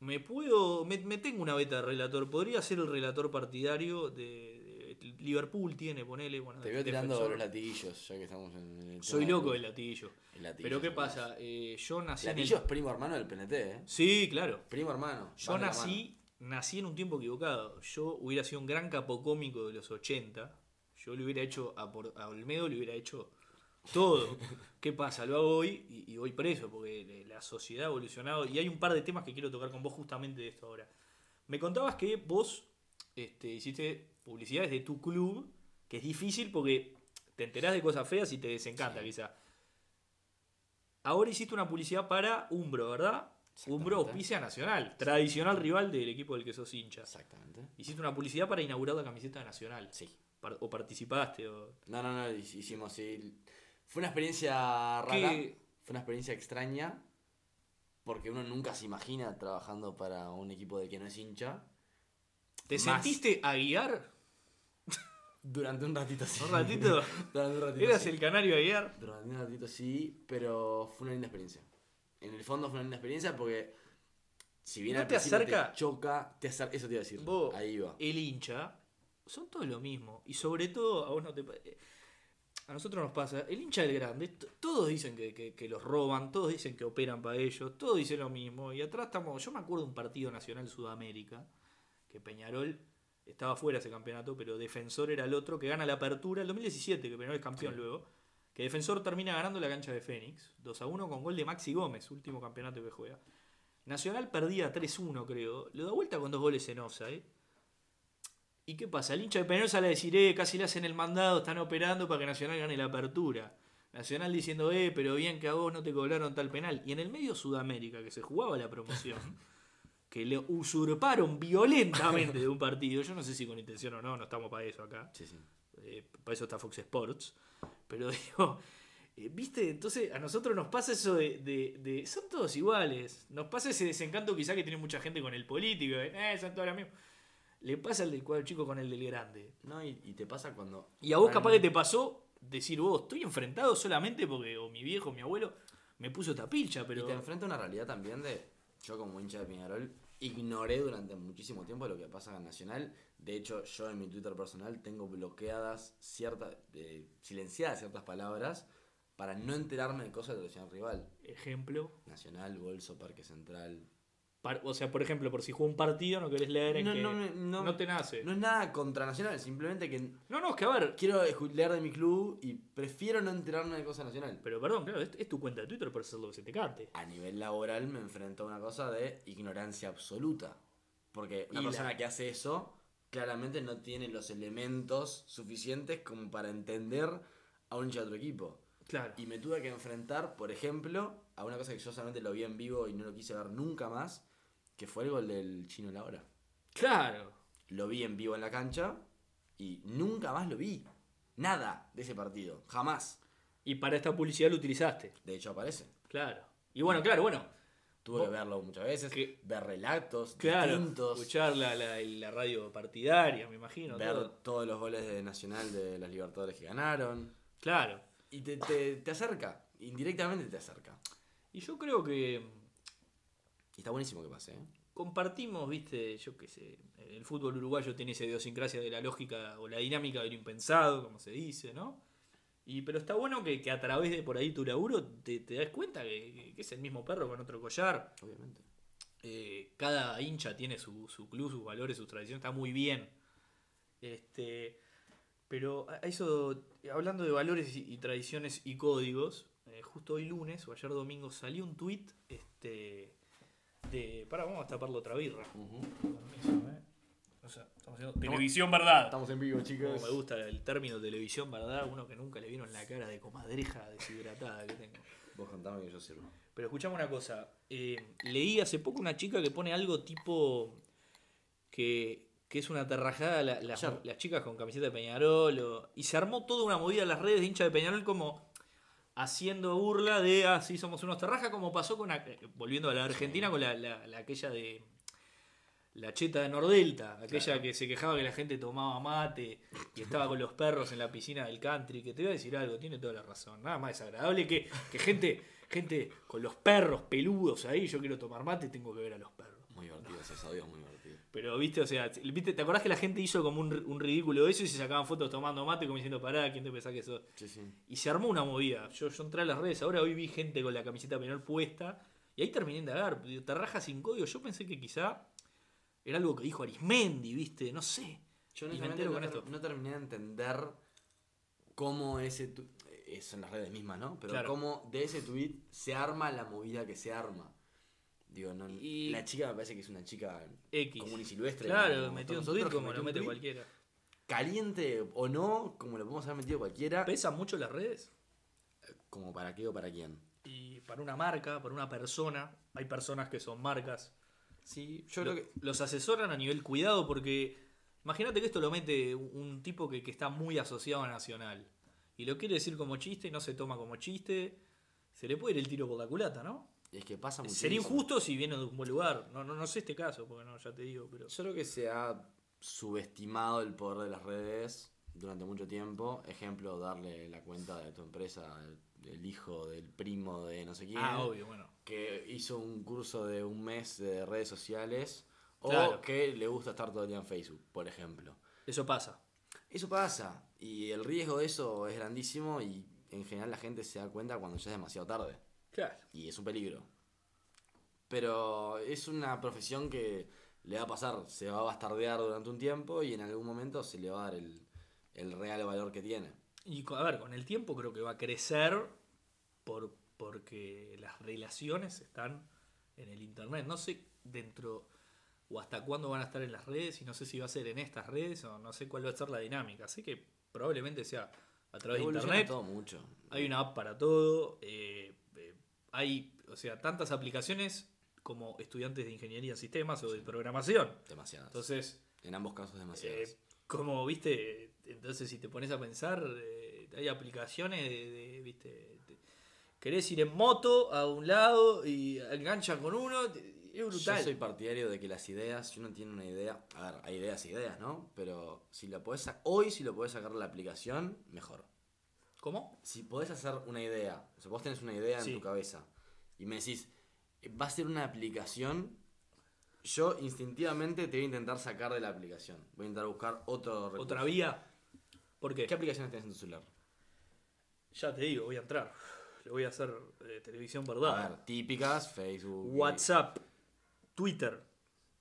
Me puedo. Me, me tengo una beta de relator. Podría ser el relator partidario de. de- Liverpool tiene, ponele. Bueno,
Te veo tirando
Ah, defensor.
los latiguillos, ya que estamos en en el
Soy
tema
loco
del-
del latillo.
el latillo.
Pero ¿qué
seguro.
pasa? Eh, yo nací. en el-
Latillo es primo hermano del PNT, ¿eh?
Sí, claro.
Primo hermano.
Yo
van de la
nací, nací en un tiempo equivocado. Yo hubiera sido un gran capocómico de los 80. Yo le hubiera hecho a, Por- a Olmedo, le hubiera hecho todo. ¿Qué pasa? Lo hago hoy y, y voy preso porque le- la sociedad ha evolucionado. Y hay un par de temas que quiero tocar con vos justamente de esto ahora. Me contabas que vos este, hiciste publicidades de tu club, que es difícil porque te enterás de cosas feas y te desencanta,
Sí.
quizá. Ahora hiciste una publicidad para Umbro, ¿verdad?
Exactamente.
Umbro auspicia Nacional, tradicional rival del equipo del que sos hincha.
mano. Exactamente.
Hiciste una publicidad para inaugurar la camiseta de Nacional.
Sí.
par- o participaste. O...
No, no, no, hic- hicimos, sí. Fue una experiencia rara.
¿Qué?
Fue una experiencia extraña. Porque uno nunca se imagina trabajando para un equipo de que no es hincha.
¿Te
Más.
sentiste a guiar
Durante un ratito sí.
un ratito?
Durante un ratito
¿Eras
sí.
el canario a guiar?
Durante un ratito sí, pero fue una linda experiencia. En el fondo fue una linda experiencia porque. Si bien
¿No
al
te
principio
acerca?
choca, te acer- Eso te iba a decir.
Vos-
Ahí va.
el hincha son todos lo mismo. Y sobre todo, a vos no te pa- eh, A nosotros nos pasa, el hincha del grande, t- todos dicen que, que- que los roban, todos dicen que operan para ellos, todos dicen lo mismo. Y atrás estamos. Yo me acuerdo de un partido nacional Sudamérica, que Peñarol estaba fuera ese campeonato, pero Defensor era el otro que gana la apertura, el 2017, que Peñarol es campeón luego. Que Defensor termina ganando la cancha de Fénix, 2 a 1 con gol de Maxi Gómez, último campeonato que juega. Nacional perdía 3-1, creo. Lo da vuelta con dos goles en offside. ¿Y qué pasa? El hincha de Peñarol sale a decir, eh, casi le hacen el mandado, están operando para que Nacional gane la apertura. Nacional diciendo, eh, pero bien que a vos no te cobraron tal penal. Y en el medio Sudamérica, que se jugaba la promoción, que le usurparon violentamente de un partido, yo no sé si con intención o no, no estamos para eso acá,
Sí, sí.
eh, para eso está Fox Sports, pero digo, eh, viste, entonces a nosotros nos pasa eso de, de- de- son todos iguales, nos pasa ese desencanto quizá que tiene mucha gente con el político, de, eh, son todos los mismos. Le pasa al del cuadro chico con el del grande.
No, y, y te pasa cuando.
Y a vos capaz que
realmente-
te pasó decir vos, estoy enfrentado solamente porque o mi viejo, o mi abuelo me puso esta pilcha, pero
Y te enfrenta a una realidad también de. Yo, como hincha de Peñarol, ignoré durante muchísimo tiempo lo que pasa en Nacional. De hecho, yo en mi Twitter personal tengo bloqueadas ciertas. eh, silenciadas ciertas palabras para no enterarme de cosas de relación rival.
ejemplo,
Nacional, Bolso, Parque Central.
par- o sea, por ejemplo, por si jugó un partido no querés leer en
No,
que
no, me- no-
te nace.
No
No,
es nada contra Nacional, simplemente que
no, es que a ver,
quiero escu- leer de mi club y prefiero no enterarme de cosas de Nacional.
pero perdón, claro, es, es tu cuenta de Twitter por hacer lo que se te cante.
A nivel laboral me enfrento a una cosa de ignorancia absoluta. Porque una
Y la-
persona que hace eso claramente no tiene los elementos suficientes como para entender a un hincha de otro equipo.
Claro.
Y me tuve que enfrentar, por ejemplo, a una cosa que yo solamente lo vi en vivo y no lo quise ver nunca más, que fue el gol del chino Laura.
Claro.
Lo vi en vivo en la cancha y nunca más lo vi. Nada de ese partido. Jamás.
Y para esta publicidad lo utilizaste.
De hecho aparece.
Claro. Y bueno, claro, bueno.
Tuve
Vos-
que verlo muchas veces,
que-
ver relatos
Claro.
distintos,
Escuchar la, la- la radio partidaria, me imagino.
ver
todo.
todos los goles de Nacional de las Libertadores que ganaron.
Claro.
Y te, te- te acerca, indirectamente te acerca.
Y yo creo que
Y está buenísimo que pase, ¿eh?
compartimos, viste, yo qué sé, el fútbol uruguayo tiene esa idiosincrasia de la lógica o la dinámica del impensado, como se dice, ¿no? Y, pero está bueno que, que a través de por ahí tu laburo te, te das cuenta que, que es el mismo perro con otro collar.
Obviamente.
Eh, cada hincha tiene su, su club, sus valores, sus tradiciones, está muy bien. Este, pero a- a eso, hablando de valores y, y tradiciones y códigos, eh, justo hoy lunes o ayer domingo salió un tweet este, de. Pará, vamos a taparlo otra birra. Permiso, eh. O sea, estamos haciendo televisión verdad.
Estamos en vivo,
Como
chicos.
me gusta el término televisión verdad, uno que nunca le vieron la cara de comadreja deshidratada que tengo.
Vos contame que yo sirvo.
Pero escuchame una cosa. eh, leí hace poco una chica que pone algo tipo. que, que es una terrajada la- las,
Ayer.
las chicas con camiseta de Peñarol. o- y se armó toda una movida en las redes de hincha de Peñarol como haciendo burla de ah, sí, somos unos terrajas, como pasó con. a- eh, volviendo a la Argentina con la, la- la aquella de. La cheta de Nordelta, aquella
Claro.
que se quejaba que la gente tomaba mate y estaba con los perros en la piscina del country, que te voy a decir algo, tiene toda la razón. Nada más desagradable que, que gente, gente con los perros peludos ahí, yo quiero tomar mate, tengo que ver a los perros.
Muy divertido, esos audios muy divertido.
Pero viste, o sea, ¿viste? ¿te acordás que la gente hizo como un, un ridículo de eso y se sacaban fotos tomando mate como diciendo, pará, ¿quién te pensás que sos?
Sí, sí.
Y se armó una movida. Yo, yo entré a las redes, ahora hoy vi gente con la camiseta penal puesta. Y ahí terminé de indagar. Digo, Terraja sin código. Yo pensé que quizá era algo que dijo Arismendi, ¿viste? No sé.
Yo
Y me
honestamente
entero
no,
con
ter-
esto.
no terminé de entender cómo ese tu- eh, son las redes mismas, ¿no? Pero
Claro.
cómo de ese tweet se arma la movida que se arma. Digo, no,
Y-
la chica me parece que es una chica
X.
común y silvestre.
Claro,
como
metió un
nosotros,
tweet
que
como
metió
lo
un
mete
tweet,
cualquiera.
Caliente o no, como lo podemos haber metido cualquiera,
¿Pesan mucho las redes?
como para qué o para quién.
Y para una marca, para una persona, hay personas que son marcas.
Sí, yo
Lo-
creo que
Los asesoran a nivel cuidado porque Imagínate que esto lo mete un tipo que, que está muy asociado a Nacional y lo quiere decir como chiste y no se toma como chiste. Se le puede ir el tiro por la culata, ¿no?
Y es que pasa muchísimo.
Sería injusto si viene de un buen lugar. No, no, no sé este caso, porque no, ya te digo, pero.
Yo creo que se ha subestimado el poder de las redes durante mucho tiempo. Ejemplo, darle la cuenta de tu empresa al- del hijo, del primo, de no sé quién.
Ah, obvio, bueno.
Que hizo un curso de un mes de redes sociales. O
Claro.
que le gusta estar todo el día en Facebook, por ejemplo.
Eso pasa.
Eso pasa. Y el riesgo de eso es grandísimo y en general la gente se da cuenta cuando ya es demasiado tarde.
Claro.
Y es un peligro. Pero es una profesión que le va a pasar, se va a bastardear durante un tiempo y en algún momento se le va a dar el, el real valor que tiene.
Y co- a ver, con el tiempo creo que va a crecer por, porque las relaciones están en el internet. No sé dentro o hasta cuándo van a estar en las redes y no sé si va a ser en estas redes o no sé cuál va a ser la dinámica. Así que probablemente sea a través de
Evoluciona
internet.
todo mucho.
Hay una app para todo. eh, eh, hay, o sea, tantas aplicaciones como estudiantes de ingeniería en sistemas o de programación.
Demasiadas.
Entonces,
en ambos casos
eh,
demasiadas.
como viste, entonces si te pones a pensar, eh, hay aplicaciones de, de, viste, te- querés ir en moto a un lado y enganchan con uno, te- es brutal.
Yo soy partidario de que las ideas, si uno tiene una idea, a ver, hay ideas y ideas, ¿no? Pero si la podés sa- hoy si lo podés sacar de la aplicación, mejor.
¿Cómo?
si podés hacer una idea, o sea, vos tenés una idea
Sí.
en tu cabeza y me decís, eh, va a ser una aplicación, yo instintivamente te voy a intentar sacar de la aplicación. Voy a intentar buscar otro recurso.
¿Otra vía? ¿Por qué?
¿Qué aplicaciones tenés en tu celular?
Ya te digo, voy a entrar. Le voy a hacer eh, televisión verdad.
A ver, típicas, Facebook,
WhatsApp, Twitter,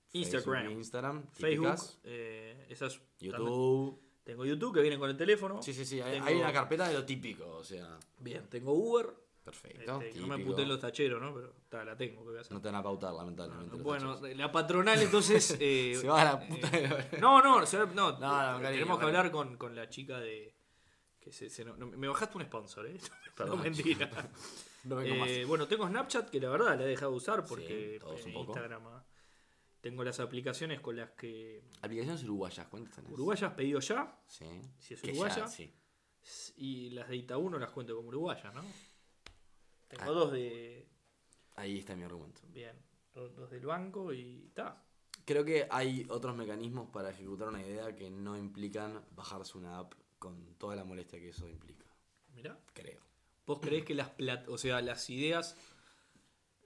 Facebook,
Instagram,
Instagram,
Facebook.
típicas,
eh, esas realmente-
YouTube.
Tengo YouTube que viene con el teléfono.
Sí, sí, sí, hay,
Tengo-
hay una carpeta de lo típico, o sea,
Bien, tengo Uber.
perfecto.
este, que no me
típico.
puten los tacheros, ¿no? Pero ta, la tengo, ¿qué voy a hacer?
No te van a pautar, lamentablemente. los
bueno,
tachos.
la patronal entonces... eh,
se va a la puta. de la-
No, no, se va- no,
No, no, cariño,
tenemos que
cariño.
hablar con, con la chica de... Que se, se- no- no, me bajaste un sponsor, ¿eh? Perdón,
Perdón.
mentira.
No vengo más.
Eh, bueno, tengo Snapchat, que la verdad la he dejado de usar
Sí,
porque
todos un
eh,
poco.
Instagram... ah, Tengo las aplicaciones con las que...
Aplicaciones uruguayas, ¿cuántas tenés?
Uruguayas pedido ya
Sí.
Si es
Que ya,
uruguaya.
sí.
y las de Itaú no las cuento como uruguayas, ¿no? Tengo
Ah.
dos de...
Ahí está mi argumento.
Bien, do- dos del banco y está.
Creo que hay otros mecanismos para ejecutar una idea que no implican bajarse una app con toda la molestia que eso implica.
Mirá.
Creo.
¿Vos creés que las plat o sea, las ideas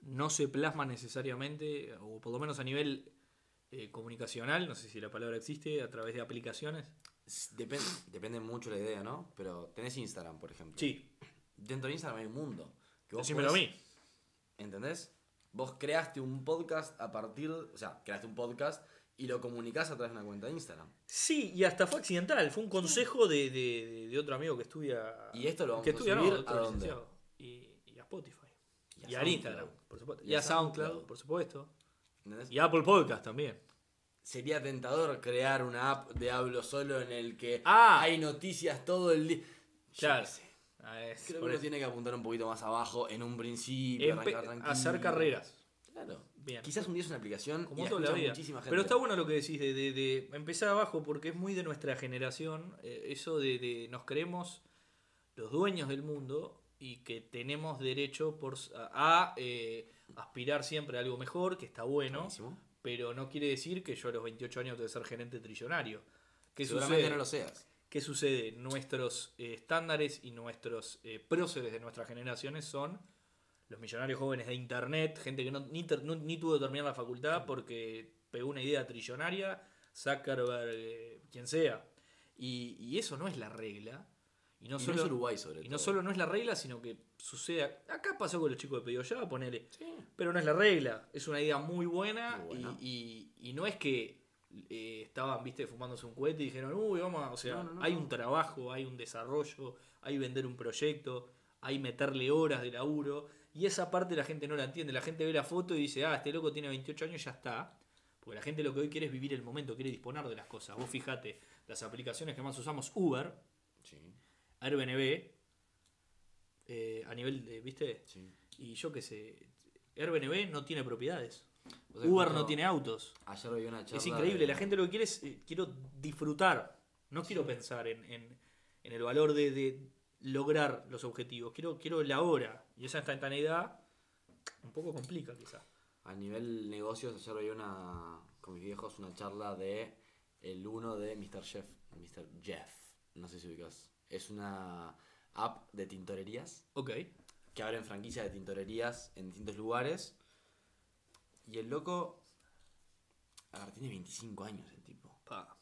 no se plasman necesariamente, o por lo menos a nivel eh, comunicacional, no sé si la palabra existe, a través de aplicaciones?
S- Depende, depende mucho la idea, ¿no? Pero tenés Instagram, por ejemplo.
Sí,
Dentro de Instagram hay un mundo. que vos
decímelo a
podés-
mí.
¿Entendés? Vos creaste un podcast a partir. O sea, creaste un podcast y lo comunicás a través de una cuenta de Instagram.
Sí, y hasta fue accidental, fue un consejo de, de- de- de otro amigo que estudia...
Y esto lo vamos
que
a
estudia, no,
subir,
otro
¿a dónde?
licenciado. Y, y a Spotify. Y, a
SoundCloud,
Instagram, por supuesto. Y,
Y a
a SoundCloud,
SoundCloud.
por supuesto.
¿Entendés?
Y a Apple Podcast también.
Sería tentador crear una app de hablo solo en el que
Ah.
hay noticias todo el día. Yo
Claro.
qué sé.
Ah, es-
Creo que
por
uno
eso.
tiene que apuntar un poquito más abajo en un principio.
Empe-
arrancar tranquilo.
hacer carreras.
Claro.
Bien.
Quizás un día es una aplicación
Como
y la
toda la
escucha
vida.
muchísima gente.
Pero está bueno lo que decís de, de- de empezar abajo porque es muy de nuestra generación. eh, eso de, de nos creemos los dueños del mundo y que tenemos derecho por, s- a, a, eh, aspirar siempre a algo mejor, que está bueno,
Buenísimo.
pero no quiere decir que yo a los 28 años tengo que ser gerente trillonario. ¿Qué
Seguramente
sucede?
no lo seas.
¿Qué sucede? Nuestros eh, estándares y nuestros eh, próceres de nuestras generaciones son los millonarios jóvenes de internet, gente que no, ni, ter- no- ni tuvo que terminar la facultad porque pegó una idea trillonaria, Zuckerberg, eh, quien sea. Y, y eso no es la regla. Y no,
y
solo,
no es Uruguay, sobre todo.
y no solo no es la regla, sino que sucede. Acá pasó con los chicos de pedido ya, ponele.
Sí.
Pero no es la regla, es una idea muy buena,
Muy buena.
Y, y- y no es que eh, estaban, viste, fumándose un cohete y dijeron, uy, vamos, a-". o sea,
No, no, no,
hay
no.
un trabajo, hay un desarrollo, hay vender un proyecto, hay meterle horas de laburo, y esa parte la gente no la entiende, la gente ve la foto y dice, ah, este loco tiene 28 años, ya está. Porque la gente lo que hoy quiere es vivir el momento, quiere disponer de las cosas. Vos fijate, las aplicaciones que más usamos, Uber,
Sí,
Airbnb, eh, a nivel de, viste,
sí.
y yo qué sé, Airbnb no tiene propiedades.
O sea,
Uber
justo
no tiene autos.
Ayer vi una charla.
Es increíble,
de-
la gente lo que quiere es, eh, quiero disfrutar, no quiero pensar en, en- en el valor de, de lograr los objetivos, quiero, quiero la hora. Y esa instantaneidad un poco complica quizá.
A nivel negocios, ayer vi una. Con mis viejos, una charla de. El uno de Mr. Jeff. Mr. Jeff. No sé si ubicas. Es una app de tintorerías.
Ok.
que abren franquicias de tintorerías en distintos lugares. Y el loco. A ver, tiene 25 años el tipo.
Pa.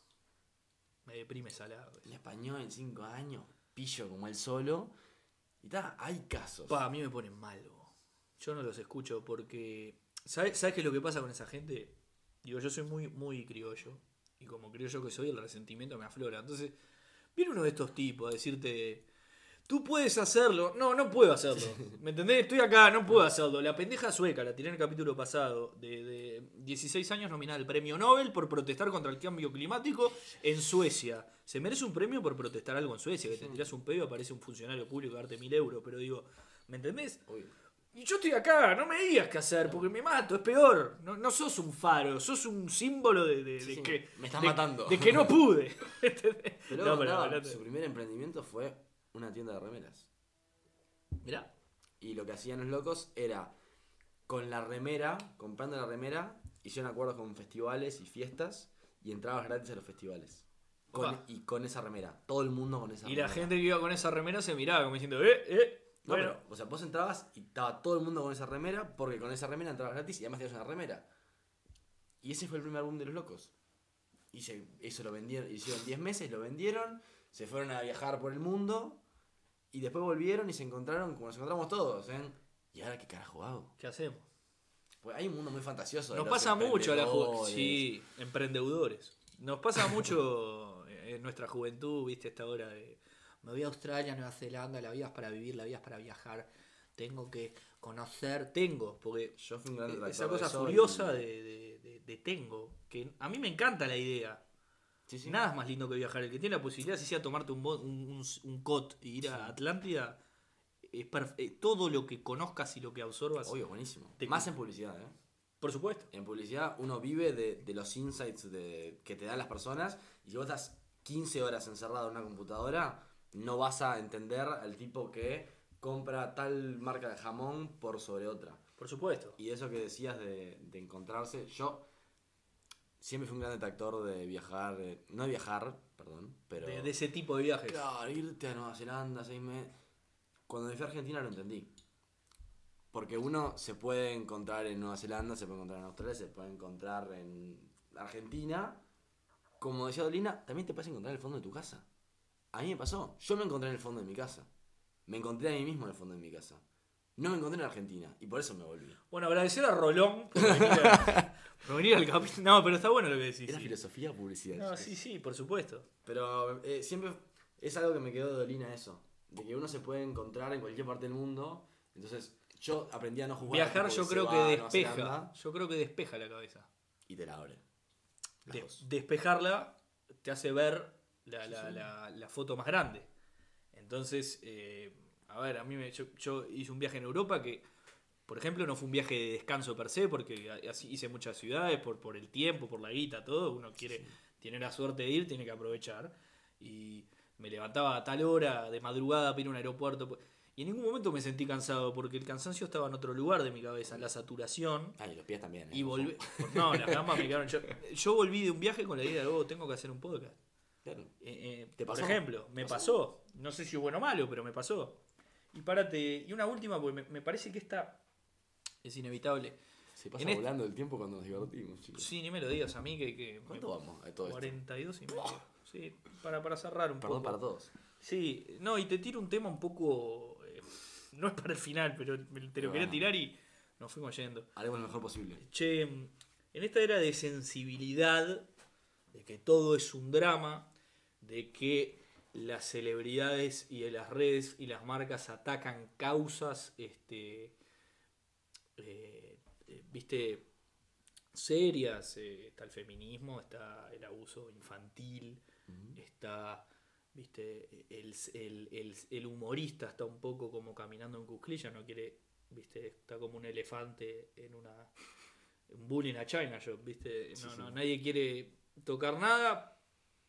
Me deprime salado.
El español en 5 años, pillo como él solo. Y está, hay casos.
Pa, a mí me ponen mal, bo. Yo no los escucho porque. ¿Sabes, ¿Sabes qué es lo que pasa con esa gente? Digo, yo soy muy, muy criollo. Y como criollo que soy, el resentimiento me aflora. Entonces, viene uno de estos tipos a decirte. Tú puedes hacerlo. No, no puedo hacerlo. ¿Me entendés? Estoy acá, no puedo hacerlo. La pendeja sueca, la tiré en el capítulo pasado, de, de 16 años nominada al premio Nobel por protestar contra el cambio climático en Suecia. Se merece un premio por protestar algo en Suecia, que te tirás un pedo y aparece un funcionario público a darte mil euros. Pero digo, ¿me entendés?
Uy,
Y yo estoy acá, no me digas qué hacer, porque me mato, es peor. No, no sos un faro, sos un símbolo de, de- de
Sí, sí,
que.
me estás
de-
matando.
De que no pude.
pero
No,
loco
pero
contaba,
hablando de-
su primer emprendimiento fue una tienda de remeras.
Mirá,
Y lo que hacían los locos era con la remera, comprando la remera, hicieron acuerdos con festivales y fiestas y entrabas gratis a los festivales. Con-
Opa.
y con esa remera, todo el mundo con esa
y
remera.
la gente que iba con esa remera se miraba como diciendo, eh, eh.
No,
bueno,
pero, o sea, vos entrabas y estaba todo el mundo con esa remera, porque con esa remera entrabas gratis y además tenías una remera. Y ese fue el primer boom de los locos. Y se, eso lo vendieron, hicieron 10 meses, lo vendieron, se fueron a viajar por el mundo y después volvieron y se encontraron como nos encontramos todos, ¿eh? ¿Y ahora qué carajo hago?
¿qué hacemos?
Pues hay un mundo muy fantasioso. de
Nos
los
pasa mucho a la juventud.
emprendedores.
Sí, emprendedores. Nos pasa mucho en nuestra juventud, viste, esta hora de.
Me voy a Australia, Nueva Zelanda, la vida es para vivir, la vida es para viajar. Tengo que conocer.
Tengo, porque
Yo fui un gran
eh,
detractor
esa
de
cosa
eso y-
furiosa de, de- de- de tengo, que a mí me encanta la idea.
Sí, sí.
Nada es más lindo que viajar. El que tiene la posibilidad, si sea tomarte un, bo- un, un- un cot y ir a Atlántida, es perf- eh, todo lo que conozcas y lo que absorbas.
Obvio, buenísimo.
Te-
Más en publicidad, ¿eh?
Por supuesto.
En publicidad uno vive de, de los insights de, que te dan las personas y si vos estás 15 horas encerrado en una computadora, no vas a entender al tipo que compra tal marca de jamón por sobre otra.
Por supuesto.
Y eso que decías de, de encontrarse, yo siempre fui un gran detractor de viajar, de- no de viajar, perdón, pero...
De, de ese tipo de viajes.
Claro, irte a Nueva Zelanda seis meses. Cuando me fui a Argentina lo entendí. Porque uno se puede encontrar en Nueva Zelanda, se puede encontrar en Australia, se puede encontrar en Argentina. Como decía Dolina, también te puedes encontrar en el fondo de tu casa. A mí me pasó. Yo me encontré en el fondo de mi casa. Me encontré a mí mismo en el fondo de mi casa. No me encontré en Argentina y por eso me volví.
Bueno, agradecer a Rolón por venir, a- por venir al capítulo. No, pero está bueno lo que decís.
Era
sí.
filosofía o publicidad.
No,
chicos?
sí, sí, por supuesto.
Pero eh, siempre es algo que me quedó de Dolina eso. De que uno se puede encontrar en cualquier parte del mundo. Entonces, yo aprendí a no jugar.
Viajar
tipo,
yo
se
creo
va
que
a Nueva
despeja.
Zelanda
Yo creo que despeja la cabeza.
Y te la abre. Las
De-
dos.
despejarla te hace ver la, la- la- la foto más grande. Entonces, eh, a ver, a mí me, yo, yo hice un viaje en Europa que, por ejemplo, no fue un viaje de descanso per se, porque a- así hice muchas ciudades por, por el tiempo, por la guita, todo. Uno quiere, tiene la suerte de ir, tiene que aprovechar. Y me levantaba a tal hora de madrugada para ir a un aeropuerto. Y en ningún momento me sentí cansado, porque el cansancio estaba en otro lugar de mi cabeza, en la saturación.
Ah, y los pies también. ¿eh?
Y volví. No, las gambas me quedaron. Yo, yo volví de un viaje con la idea de, oh, tengo que hacer un podcast.
Claro.
Eh, eh,
¿Te
por
pasó?
ejemplo, me pasó. No sé si bueno o malo, pero me pasó. Y párate. Y una última, porque me, me parece que esta es inevitable.
Se pasa
En este-
volando el tiempo cuando nos divertimos, chicos.
Sí, ni me lo digas a mí que. que
¿Cuánto
me-
vamos a todo esto?
42 y medio. Sí, para, para cerrar un
Perdón
poco.
para todos.
Sí, no, y te tiro un tema un poco. eh, no es para el final, pero me- te lo
Pero
quería
bueno.
tirar y nos fuimos yendo.
Haremos lo mejor posible.
Che, en esta era de sensibilidad, de que todo es un drama, de que las celebridades y de las redes y las marcas atacan causas, este, eh, eh, viste, serias. eh, está el feminismo, está el abuso infantil,
Eh,
está, viste, el, el- el- el humorista está un poco como caminando en cuclillas, no quiere, viste, está como un elefante en una un bullying a China Shop, ¿viste? No,
Sí, sí.
no, nadie quiere tocar nada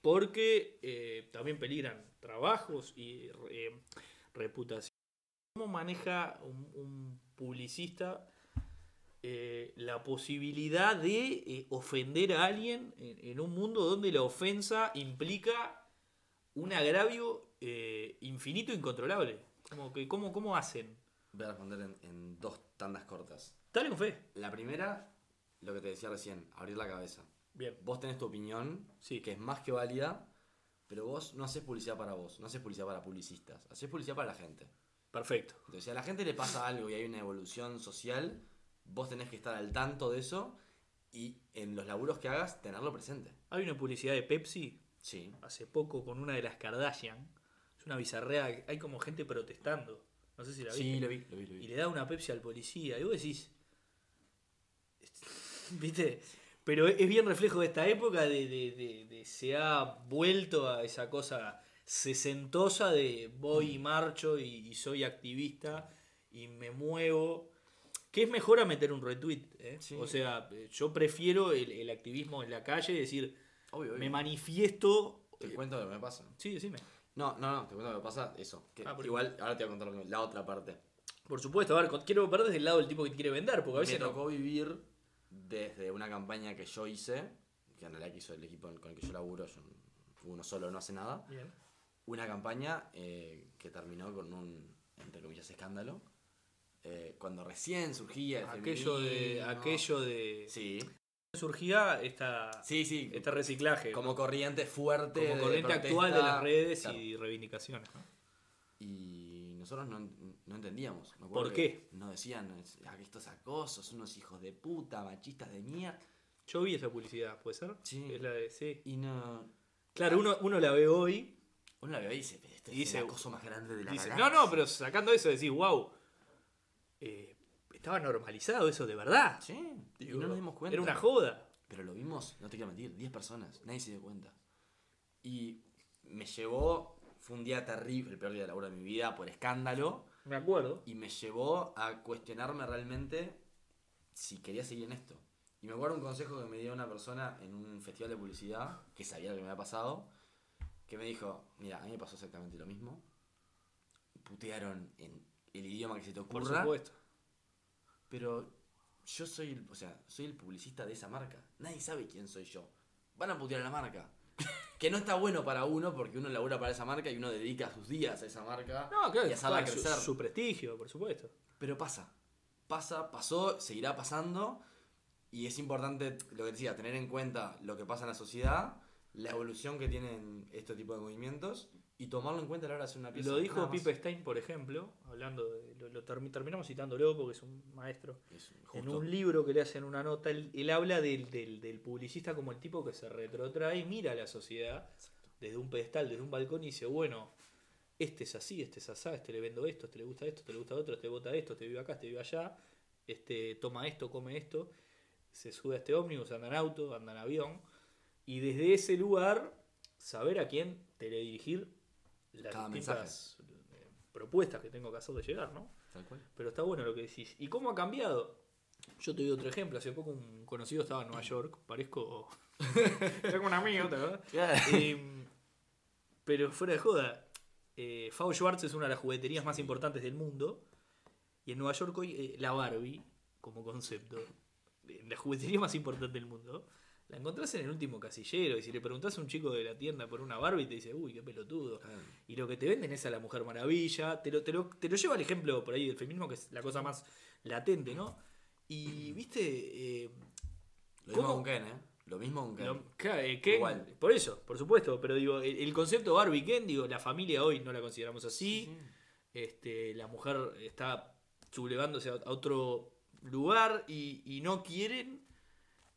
porque eh, también peligran trabajos y eh, reputación. ¿Cómo maneja un, un publicista eh, la posibilidad de eh, ofender a alguien en, en un mundo donde la ofensa implica un agravio eh, infinito e incontrolable? Como que, ¿cómo, ¿Cómo hacen?
Voy a responder en, en dos tandas cortas.
Dale con fe.
La primera, lo que te decía recién, abrir la cabeza.
Bien.
Vos tenés tu opinión,
Sí.
que es más que válida, pero vos no haces publicidad para vos, no haces publicidad para publicistas, haces publicidad para la gente.
Perfecto.
Entonces, si a la gente le pasa algo y hay una evolución social, vos tenés que estar al tanto de eso y en los laburos que hagas, tenerlo presente.
Hay una publicidad de Pepsi
Sí.
hace poco con una de las Kardashian. Es una bizarrea. Hay como gente protestando. No sé si la viste.
Sí, lo vi, lo vi, lo
Y
vi.
le da una Pepsi al policía. Y vos decís. ¿Viste? Pero es bien reflejo de esta época de, de- de- de- se ha vuelto a esa cosa sesentosa de voy y marcho y, y soy activista y me muevo. Que es mejor a meter un retweet. ¿eh?
Sí.
O sea, yo prefiero el, el activismo en la calle y decir,
Obvio, obvio.
me manifiesto. eh,
Te cuento lo que me pasa.
Sí, decime.
No, no, no, te cuento lo que me pasa, eso. que
Ah, por-
igual, ahora te voy a contar lo que- la otra parte.
Por supuesto, a ver, con- quiero ver desde el lado del tipo que te quiere vender, porque a
Me
veces no.
tocó vivir desde una campaña que yo hice, que en realidad que hizo el equipo con el que yo laburo, yo, uno solo no hace nada.
Bien.
una campaña eh, que terminó con un, entre comillas, escándalo. eh, cuando recién surgía el
Aquello de.
feminismo.
Aquello de.
Sí,
Surgía esta,
sí, sí.
este reciclaje.
como corriente fuerte.
como
de
corriente
protesta.
actual de las redes
Claro.
y reivindicaciones. ¿no?
Y nosotros no, no entendíamos. me
¿Por
acuerdo que
qué?
Nos decían, es- "Ah, que estos acosos, unos hijos de puta, machistas de mierda.
Yo vi esa publicidad, ¿puede ser?
Sí.
Es la de. Sí.
Y no.
Claro, uno, uno la ve hoy
Uno la ve y dice, "Pero este
Y dice,
es el acoso más grande de
y
la
dice. No,
galaxia".
no, pero sacando eso decís, wow. estaba normalizado eso de verdad.
Sí,
Digo,
y no nos dimos cuenta.
Era una joda.
Pero lo vimos, no te quiero mentir, 10 personas, nadie se dio cuenta. Y me llevó, fue un día terrible, el peor día de laburo de mi vida por escándalo,
Me acuerdo.
y me llevó a cuestionarme realmente si quería seguir en esto. Y me acuerdo un consejo que me dio una persona en un festival de publicidad, que sabía lo que me había pasado, que me dijo, mira, a mí me pasó exactamente lo mismo. Putearon en el idioma que se te
Por
ocurra.
supuesto.
Pero yo soy el, o sea, soy el publicista de esa marca. Nadie sabe quién soy yo. Van a putear a la marca. que no está bueno para uno porque uno labura para esa marca y uno dedica sus días a esa marca
No, claro,
y a hacerla
su-
crecer.
su prestigio, por supuesto.
Pero pasa. Pasa, pasó, seguirá pasando. Y es importante, lo que decía, tener en cuenta lo que pasa en la sociedad, la evolución que tienen este tipo de movimientos y tomarlo en cuenta a la hora de hacer una pieza.
Lo
Nada
dijo
más.
Pipe Stein, por ejemplo, hablando de, lo, lo termi- terminamos citándolo porque es un maestro.
Es
En
justo.
un libro que le hacen una nota, él, él habla del, del- del publicista como el tipo que se retrotrae y mira a la sociedad desde un pedestal, desde un balcón y dice, bueno, este es así, este es asá, este le vendo esto, este le gusta esto, este le gusta otro, este vota esto, este vive acá, este vive allá, este toma esto, come esto, se sube a este ómnibus, anda en auto, anda en avión, y desde ese lugar saber a quién teledirigir las
Cada
distintas eh, propuestas que tengo que hacer de llegar, ¿no?
Tal cual.
Pero está bueno lo que decís. ¿Y cómo ha cambiado? Yo te doy otro ejemplo. Hace poco un conocido estaba en Nueva York. Parezco. Tengo un amigo, ¿te acordás? Em, pero fuera de joda. eh, Fao Schwartz es una de las jugueterías más importantes del mundo. Y en Nueva York hoy, eh, la Barbie, como concepto, eh, la juguetería más importante del mundo, la encontrás en el último casillero. Y si le preguntás a un chico de la tienda por una Barbie, te dice, uy, qué pelotudo. Y lo que te venden es a la Mujer Maravilla. Te lo, te lo, te lo lleva el ejemplo por ahí del feminismo, que es la cosa más latente, ¿no? Y, viste, eh,
Lo mismo
¿Cómo?
con Ken, ¿eh? Lo mismo con Ken.
lo- claro, eh, Ken-
Igual.
por eso, por supuesto, pero digo, el, el concepto Barbie Ken, digo, la familia hoy no la consideramos así. Este, la mujer está sublevándose a, a otro lugar y, y no quieren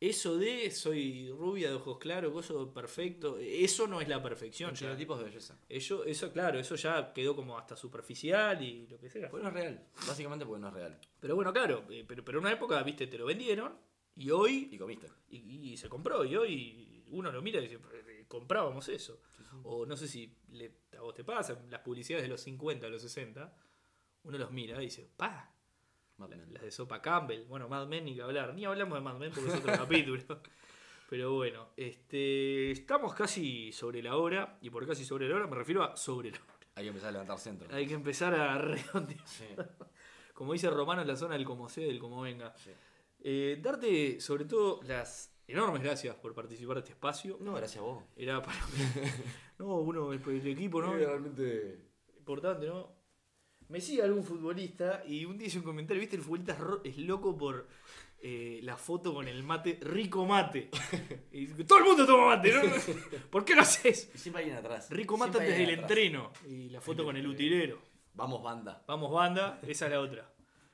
eso de soy rubia de ojos claros, gozo perfecto. Eso no es la perfección. ya.
Estereotipos de belleza.
Ello- eso, claro, eso ya quedó como hasta superficial y lo que sea.
Porque Pues no es real. Básicamente porque no es real.
Pero bueno, claro, eh, pero, pero en una época, viste, te lo vendieron y hoy,
Y comiste.
y, y se compró, y hoy uno lo mira y dice, "Eh, comprábamos eso. O no sé si le- a vos te pasa, las publicidades de los 50, a los 60, uno los mira y dice, pa,
Mad Men.
Las de Sopa Campbell. Bueno, Mad Men ni que hablar. Ni hablamos de Mad Men porque es otro capítulo. Pero bueno, este, estamos casi sobre la hora. Y por casi sobre la hora me refiero a sobre la hora.
Hay que empezar a levantar centro.
Hay que empezar a redondear.
Sí,
Como dice Romano en la zona del como sea, del como venga.
sí.
Eh, darte sobre todo las enormes gracias por participar de este espacio.
No, gracias a vos.
Era para... no, uno, el, el equipo, ¿no?
realmente.
importante, ¿no? Me sigue algún futbolista y un día hice un comentario, ¿viste? El futbolista es ro- es loco por eh, la foto con el mate, rico mate. Y dice, todo el mundo toma mate, ¿no? ¿Por qué lo haces?
Y siempre hay alguien atrás.
Rico mate
Siempre hay
antes del
alguien atrás.
entreno. Y la foto con el utilero.
Vamos, banda.
Vamos, banda, esa es la otra.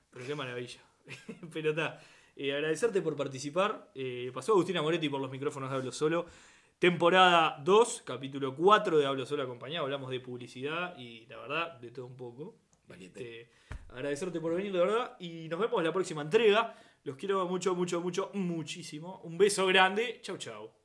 Pero qué maravilla. Pero está. eh, agradecerte por participar. Eh, pasó Agustina Moretti por los micrófonos de Hablo Solo. Temporada 2, capítulo 4 de Hablo Solo acompañado. Hablamos de publicidad y la verdad, de todo un poco.
Valiente.
Este, agradecerte por venir, de verdad. Y nos vemos en la próxima entrega. Los quiero mucho, mucho, mucho, muchísimo. Un beso grande. Chau, chau.